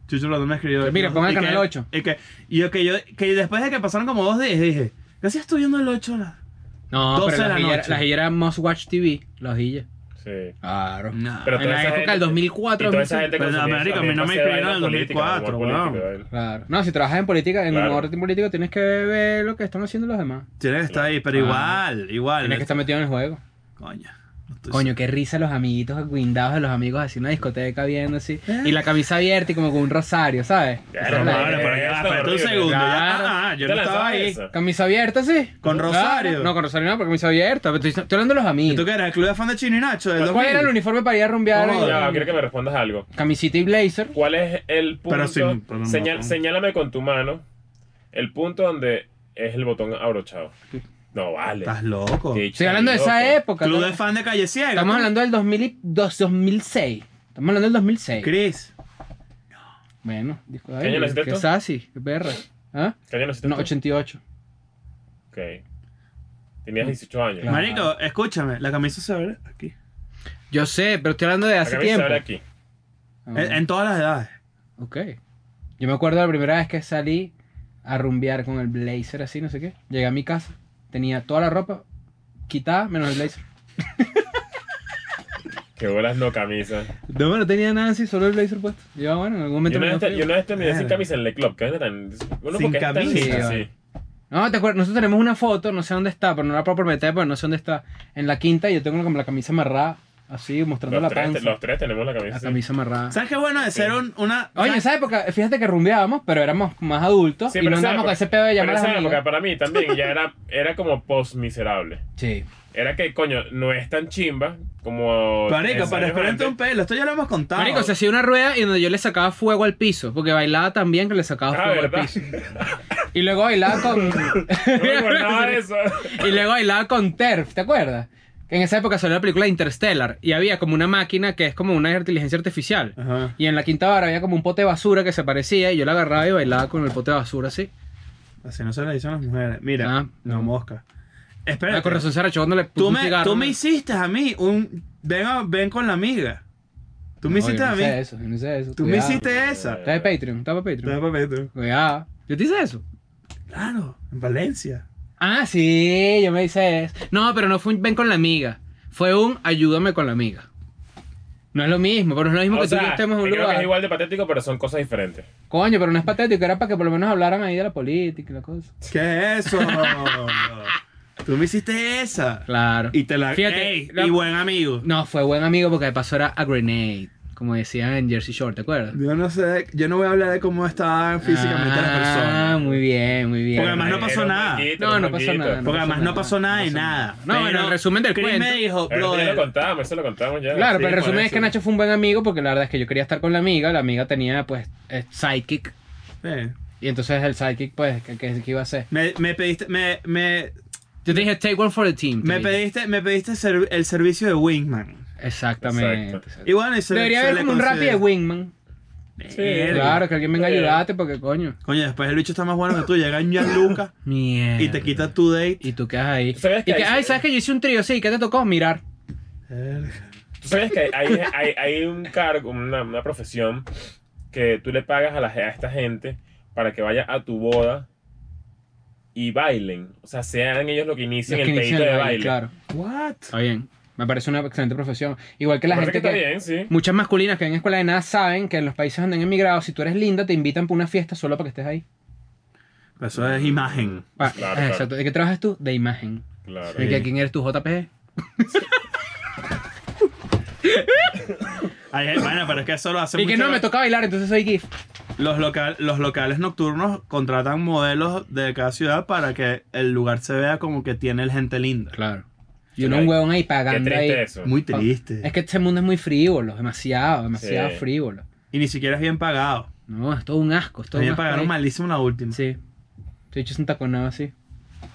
S3: Chucho Roldán me escribió.
S4: Mira,
S3: y
S4: ponga el
S3: que-
S4: canal ocho.
S3: Y que, y yo, que yo, que después de que pasaron como dos días, dije, ¿qué hacías tú viendo el 8 horas?
S4: No,
S3: 12
S4: pero
S3: de
S4: las
S3: la
S4: hillas
S3: noche.
S4: las hillas eran Must Watch TV, los hillas.
S2: Sí.
S4: Claro.
S3: Nah.
S2: Pero
S4: En
S2: toda
S4: la
S2: esa
S4: época
S2: gente-
S4: del 2004,
S2: y toda esa
S4: 2005.
S2: gente
S3: Pero,
S2: consumía
S3: Pues, marico,
S2: esa
S3: a mí no me
S2: misma vaina
S3: escribieron en el
S2: política, humor
S3: 2004,
S2: político,
S3: weón.
S2: ¿verdad?
S4: Claro. No, si trabajas en política, en
S2: Claro.
S4: un orden político, tienes que ver lo que están haciendo los demás.
S3: Tiene que estar ahí, pero
S4: Ah.
S3: igual, igual.
S4: Tienes que estar metido en el juego.
S3: Coño. no estoy
S4: Coño, qué risa los amiguitos guindados de los amigos así en una discoteca viendo así.
S3: Eh.
S4: Y la camisa abierta y como con un rosario, ¿sabes?
S2: Claro,
S4: Esa es la-
S3: Pero, madre, pero ya,
S2: Eso,
S3: espérate un
S2: horrible.
S3: segundo. ya.
S4: Claro.
S3: Ah, ah, yo
S2: ¿Te
S3: no estaba
S2: lanzabas
S3: ahí.
S2: esa?
S4: Camisa abierta, sí.
S3: Con
S4: Claro.
S3: rosario.
S4: No, con rosario no, pero camisa abierta. Pero Estoy, estoy hablando de los
S3: ¿Y tú
S4: amigos.
S3: qué eras? ¿El club de fan de Chino y Nacho? Del
S4: ¿Cuál era el
S3: 2000?
S4: uniforme para ir a rumbear?
S3: No,
S4: en-
S2: Ya, va, quiero que me respondas algo.
S4: Camisita y blazer.
S2: ¿Cuál es el punto?
S3: Pero sin- pero no,
S2: Señal-
S3: no.
S2: señálame con tu mano el punto donde es el botón abrochado. No, vale.
S3: Estás loco.
S2: Qué
S4: Estoy hablando de esa
S2: loco.
S4: época.
S3: Club
S4: ¿no?
S3: de fan de Calle Ciega.
S4: Estamos
S3: ¿no?
S4: hablando del 2000 y- dos- 2006. Estamos hablando del 2006.
S3: Chris.
S4: Bueno, disco
S2: ¿Qué año
S4: de
S2: naciste
S4: ¿Qué
S2: tú?
S4: sassy? ¿Qué perra? ¿Ah?
S2: ¿Qué año naciste
S4: No,
S2: tú?
S4: 88.
S2: Ok. Tenías 18 años.
S4: Claro.
S3: Marico, escúchame. La camisa se abre aquí.
S4: Yo sé, pero estoy hablando de hace
S2: Acá me
S4: tiempo.
S2: sale aquí.
S4: Ah,
S3: En, en todas las edades.
S4: Ok. Yo me acuerdo la primera vez que salí a rumbear con el blazer así, no sé qué. Llegué a mi casa, tenía toda la ropa quitada menos el blazer.
S2: Que bolas no camisas.
S4: No, no tenía nada así, solo el blazer puesto. Yo, ah, bueno, en algún
S2: Yo
S4: momento
S2: una,
S4: me dio
S2: vez te,
S4: frío.
S2: yo una vez terminé sin
S3: Verga.
S2: camisa en el club. ¿Qué es tan.? Uno
S3: Sin
S2: porque es tan
S3: camisa.
S2: lindo,
S4: Sí,
S2: sí.
S4: No, te acuerdas, nosotros tenemos una foto, no sé dónde está, pero no la puedo prometer porque no sé dónde está. En la quinta yo tengo como la camisa amarrada, así, mostrando
S2: Los
S4: la
S2: tres, te-
S4: panza.
S2: los tres tenemos la camisa.
S4: La
S2: sí.
S4: camisa amarrada.
S3: ¿Sabes qué bueno de ser un, una.
S4: Ah. Oye, en
S3: ¿sabes?
S4: esa época, fíjate que rumbeábamos, pero éramos más adultos
S2: Sí,
S4: y no
S2: pero esa
S4: andábamos
S2: época-
S4: con ese pedo de
S2: Pero
S4: llamar a
S2: esa
S4: las
S2: época
S4: amigas.
S2: para mí también ya era, era como post miserable.
S4: Sí.
S2: Era que, coño, no es tan chimba como.
S3: Marico,
S2: tres
S3: para
S2: años
S3: esperarte
S2: antes.
S3: un pelo. Esto ya lo hemos contado.
S4: Marico, se hacía una rueda y donde yo le sacaba fuego al piso, porque bailaba tan bien que le sacaba
S2: Ah,
S4: fuego
S2: ¿verdad?
S4: al piso. Y luego bailaba con...
S2: No me acordaba de eso.
S4: y luego bailaba con Terf, ¿te acuerdas? Que en esa época salió la película Interstellar y había como una máquina que es como una inteligencia artificial.
S3: Ajá.
S4: Y en la quinta barra había como un pote de basura que se parecía y yo la agarraba y bailaba con el pote de basura así.
S3: Así no se le dicen a las mujeres. Mira,
S4: Ah.
S3: no mosca. Espera.
S4: La Ah, con razón se arrechó cuando le puse
S3: Tú
S4: un
S3: me,
S4: cigarro.
S3: tú me hiciste a mí un. Ven, a- ven con la amiga. Tú me
S4: No,
S3: hiciste
S4: yo no
S3: a mí.
S4: sé eso, yo no sé eso.
S3: Tú me
S4: Cuidado.
S3: hiciste esa.
S4: Está de Patreon, está para Patreon.
S3: Te da papel, tú.
S4: Cuidado. ¿Yo te hice eso?
S3: Claro, en Valencia.
S4: Ah, sí, yo me hice eso. No, pero no fue un ven con la amiga. Fue un ayúdame con la amiga. No es lo mismo, pero no es lo mismo
S2: O
S4: que tú y yo
S2: sea,
S4: estemos en un
S2: yo creo que
S4: lugar.
S2: es igual de patético, pero son cosas diferentes.
S4: Coño, pero no es patético, era para que por lo menos hablaran ahí de la política y la cosa.
S3: ¿Qué es eso? Tú me hiciste esa.
S4: Claro.
S3: Y te la.
S4: Fíjate,
S3: Ey,
S4: la-
S3: Y buen amigo.
S4: No, fue buen amigo porque de paso era a Grenade. Como decía en Jersey Shore, ¿te acuerdas?
S3: Yo no sé, yo no voy a hablar de cómo estaban físicamente las
S4: Ah,
S3: personas.
S4: muy bien, muy bien.
S3: Porque además no
S2: Eh, Era
S3: pasó
S2: un
S3: nada.
S2: manguito,
S4: No,
S2: un
S4: no pasó
S2: manguito.
S4: nada,
S3: Porque
S4: pasó
S3: además no
S4: nada,
S3: pasó nada
S4: no
S3: de
S4: pasó
S3: nada.
S4: nada. No, bueno, el resumen del
S3: Chris
S4: cuento.
S3: me dijo,
S2: Pero eso ya lo
S3: brother,
S2: contamos, eso lo contamos ya.
S4: Claro,
S2: Sí,
S4: pero el
S2: por
S4: resumen es
S2: eso.
S4: que Nacho fue un buen amigo porque la verdad es que yo quería estar con la amiga, la amiga tenía pues eh, sidekick
S3: eh,
S4: y entonces el sidekick pues ¿qué, qué, qué iba a hacer?
S3: me, me pediste, me, me,
S4: Yo te dije take one for the team. te
S3: me
S4: dije.
S3: pediste, me pediste ser- el servicio de Wingman.
S4: Exactamente.
S2: Exacto.
S3: Y bueno, y se,
S4: Debería
S3: se
S4: haber
S3: le
S4: como un rap de
S3: considera-
S4: Wingman.
S2: Sí.
S3: Verga.
S4: Claro, que alguien venga a
S2: Sí.
S4: ayudarte porque coño.
S3: Coño, después el bicho está más bueno que tú. Llega Gianluca
S4: Mierda.
S3: y te quita tu date.
S4: Y tú quedas ahí.
S2: ¿Sabías que
S4: y que,
S2: hay-
S4: ay, ¿sabes que yo hice un trío? Sí, ¿qué te tocó? Mirar.
S3: Verga.
S2: Tú sabes que hay, hay, hay un cargo, una, una profesión que tú le pagas a, la, a esta gente para que vaya a tu boda y bailen. O sea, sean ellos los que inicien
S4: Los
S2: el
S4: que
S2: pedito
S4: inician
S2: de
S4: el baile,
S2: baile.
S4: Claro.
S3: What?
S4: Está bien. Me parece una excelente profesión. Igual que la
S2: Parece
S4: gente
S2: que
S4: que...
S2: está bien, sí.
S4: Muchas masculinas que en escuela de nada saben que en los países donde han emigrado, si tú eres linda, te invitan para una fiesta solo para que estés ahí.
S3: Eso es imagen.
S4: Ah,
S2: Claro,
S4: ah,
S2: claro.
S4: Exacto. ¿De qué trabajas tú? De imagen.
S2: Claro.
S4: ¿De que, quién eres tú, JPG?
S3: Ay, ay, bueno, pero es que eso lo hace
S4: Y que
S3: mucho-
S4: no, me toca bailar, entonces soy GIF.
S3: Los, local, los locales nocturnos contratan modelos de cada ciudad para que el lugar se vea como que tiene el gente linda.
S4: Claro. Y uno un huevón ahí
S2: Qué
S4: pagando ahí.
S2: triste eso.
S3: Muy
S4: Pa-
S3: triste.
S4: Es que este mundo es muy frívolo, demasiado, demasiado
S2: Sí.
S4: frívolo.
S3: Y ni siquiera es bien pagado.
S4: No, es todo un asco. Es todo un
S3: También
S4: asco
S3: pagaron
S4: ahí.
S3: malísimo la última.
S4: Sí. Te he hecho un taconado así.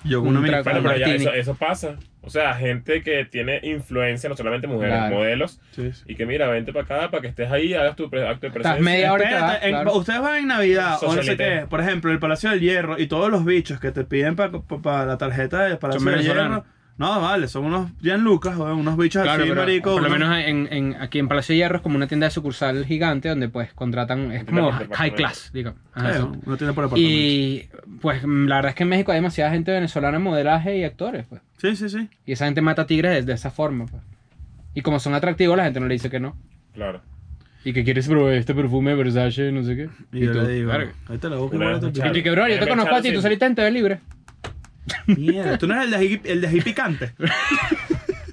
S3: Yo con
S4: Un
S3: una mini-
S4: trago.
S2: Bueno, pero ya
S4: Martini.
S2: eso, eso pasa. O sea, gente que tiene influencia, no solamente mujeres,
S4: Claro.
S2: modelos,
S3: Sí, sí.
S2: y que mira, vente para acá para que estés ahí, hagas tu pre- acto de presencia.
S4: Estás media hora y te
S3: Espérate,
S4: vas,
S3: en-
S4: claro.
S3: ustedes van en Navidad o no sé
S2: Socialité.
S3: qué, por ejemplo, el Palacio del Hierro y todos los bichos que te piden para la tarjeta del Palacio del
S4: venezolanos.
S3: Hierro. No, vale, son unos Gianlucas, joder, unos bichos
S4: Claro,
S3: así,
S4: pero
S3: Ah, marico.
S4: por lo
S3: unos-
S4: menos en, en- aquí en Palacio de Hierro es como una tienda de sucursal gigante donde pues contratan,
S2: Tienda
S4: es como
S2: por
S4: high
S2: departamento.
S4: class, digamos. Ajá,
S3: pues, Claro,
S4: eso.
S3: no tiene por apartamento.
S4: Y pues mm, la verdad es que en México hay demasiada gente venezolana, modelaje y actores, pues.
S3: Sí, sí, sí.
S4: Y esa gente mata tigres de, de esa forma, pues. Y como son atractivos, la gente no le dice que no.
S2: Claro.
S4: Y que quieres probar este perfume Versace, no sé qué.
S3: Y, yo
S4: tú,
S3: le digo,
S4: verga.
S3: ahí te la busco.
S2: Una
S3: igual a tu
S2: muchacha.
S4: Y que, bro, yo te
S2: Déjame
S4: conozco a ti,
S2: echar
S4: tú
S2: sin-
S4: saliste en TV Libre.
S3: Mierda, tú no eres el de ají, el de ají picante.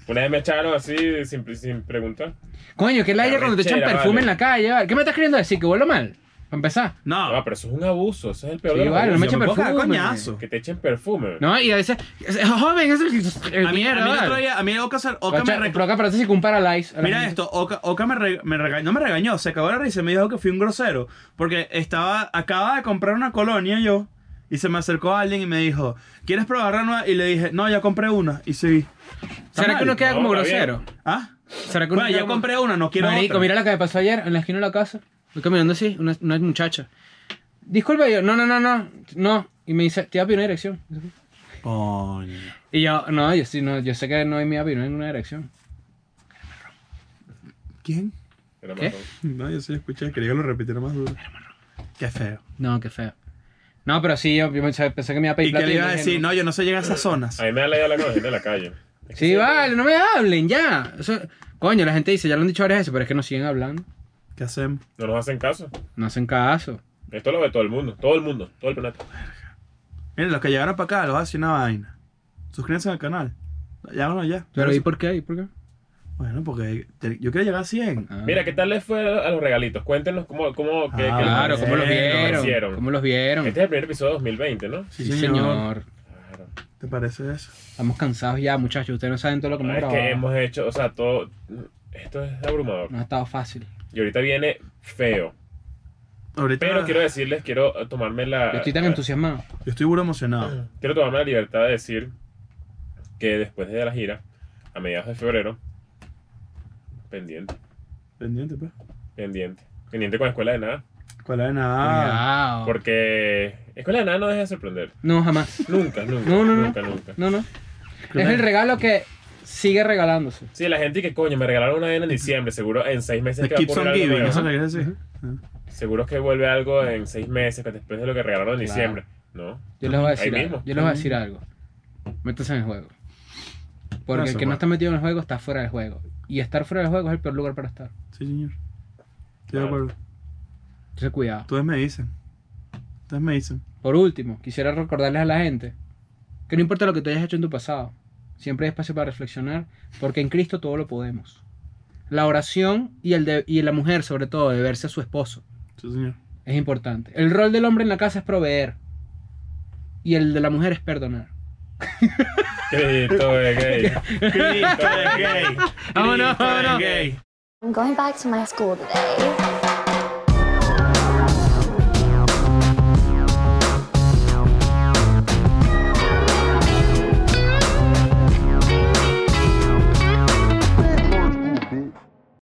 S2: Una vez me echaron así sin, sin preguntar.
S4: Coño, que la aire cuando te echan
S2: Arrechera, vale.
S4: perfume en la calle, vale. ¿Qué me estás queriendo decir? Que vuelo mal. Para empezar.
S2: No,
S3: No,
S2: Ah, pero eso es un abuso, eso es el peor
S4: Ah. Sí,
S2: de los
S4: vale, no
S2: abusos.
S4: me echen
S3: me puedo cagar
S4: perfume.
S3: coñazo.
S2: Que te echen perfume.
S4: No, y a veces. es- Joven, es el.
S3: A mí, a
S4: mierda,
S3: mí el
S4: vale.
S3: otro día, a mí Oca, se- Oca me
S4: Ocha-
S3: rec-
S4: pero acá parece si compara likes. a la
S3: Mira
S4: gente.
S3: esto, Oca, Oca me, re- me regañó, no me regañó, se acabó la risa y me dijo que fui un grosero. Porque estaba, acababa de comprar una colonia yo, y se me acercó alguien y me dijo, ¿quieres probar la nueva? Y le dije, no, ya compré una, y seguí. Está
S4: ¿Será
S3: mal.
S4: que uno queda
S2: No,
S4: como
S2: está bien.
S4: grosero?
S3: ¿Ah?
S4: ¿Será que uno
S3: Bueno, ya
S4: queda como-
S3: compré una, no quiero
S4: Marico,
S3: otra.
S4: mira la que me pasó ayer en la esquina de la casa. Voy caminando así, una, una muchacha. Disculpa, yo, no, no, no, no, no. Y me dice, te voy a pedir una dirección.
S3: Coño.
S4: Y yo, no, yo sí, no, yo sé que no me iba a pedir ninguna dirección.
S3: ¿Quién?
S2: Era
S4: ¿Qué?
S2: marrón.
S3: No, yo sí escuché, quería que lo repitiera más duro. Qué feo.
S4: No, qué feo. No, pero sí, yo, yo pensé pensé que me iba a pedir
S3: ¿Y qué le
S4: platino,
S3: iba a
S4: dije,
S3: decir? No, yo no sé llegar a esas zonas.
S2: A mí me da la idea hablar con la gente de la calle. Es que
S4: Sí, vale, no me hablen, ya. Eso- coño, la gente dice, ya lo han dicho varias veces, pero es que no siguen hablando.
S3: ¿Qué hacemos?
S2: No nos hacen caso.
S4: No hacen caso.
S2: Esto lo ve todo el mundo, todo el mundo, todo el planeta.
S4: Ah.
S3: Miren, los que llegaron para acá, los hace una vaina. Suscríbanse al canal. Llámanos ya.
S4: Pero ¿y por qué? ¿Y por qué?
S3: Bueno, porque te- yo quiero llegar a 100.
S4: Ah.
S2: Mira, ¿qué tal les fue a los regalitos? Cuéntenos cómo, cómo, qué,
S3: Ah,
S2: qué-
S3: Bueno,
S4: Claro, ¿cómo los
S2: lo
S4: vieron?
S2: hicieron.
S4: ¿Cómo los vieron?
S2: Este es el primer episodio de 2020, ¿no?
S4: Sí, señor.
S2: Claro.
S3: ¿Te parece eso?
S4: Estamos cansados ya, muchachos. Ustedes no saben todo lo que hemos
S2: Ah, es
S4: grabado.
S2: que hemos hecho, o sea, todo. Esto es abrumador.
S4: No ha estado fácil.
S2: Y ahorita viene feo.
S3: Ahorita
S2: Pero quiero decirles, quiero tomarme la.
S4: Ah. Yo estoy tan entusiasmado.
S3: yo estoy burro emocionado.
S2: Quiero tomarme la libertad de decir que después de la gira, a mediados de febrero, pendiente,
S3: Pendiente, pues.
S2: pendiente, pendiente con Escuela de Nada.
S3: ¿Cuál es nada?
S2: ah.
S4: Cuidado.
S2: Porque Escuela de Nada no deja de sorprender.
S4: No, jamás.
S2: Nunca, nunca.
S4: No, no, no.
S2: nunca, nunca.
S4: No, no.
S3: Claro.
S4: Es el regalo que sigue regalándose.
S2: Sí, la gente que coño, me regalaron una vaina en diciembre, seguro en seis meses
S3: The
S2: que va a
S3: Keeps
S2: poner
S3: on
S2: algo
S3: Giving,
S2: nuevo.
S3: eso le decir. Ah.
S2: Seguro que vuelve algo en seis meses que después de lo que regalaron en
S4: Claro.
S2: diciembre. No.
S4: Yo les voy a
S2: Ahí
S4: decir algo.
S2: mismo.
S4: Yo les voy a decir algo. Métanse en el juego. Porque
S3: Eso,
S4: el que no
S3: bueno.
S4: está metido en el juego está fuera del juego. Y estar fuera del juego es el peor lugar para estar.
S3: Sí, señor. Estoy
S2: Claro.
S3: de acuerdo.
S4: Entonces, cuidado.
S3: Ustedes me dicen. Ustedes me dicen.
S4: Por último, quisiera recordarles a la gente que no importa lo que tú hayas hecho en tu pasado, siempre hay espacio para reflexionar, porque en Cristo todo lo podemos. la oración y, el de, y la mujer, sobre todo, de verse a su esposo.
S3: Sí, señor.
S4: Es importante. El rol del hombre en la casa es proveer. Y el de la mujer es perdonar.
S2: Cristo es gay.
S3: Cristo es gay.
S4: Vámonos,
S3: Cristo es
S4: vámonos.
S3: gay.
S1: I'm going back to my school today.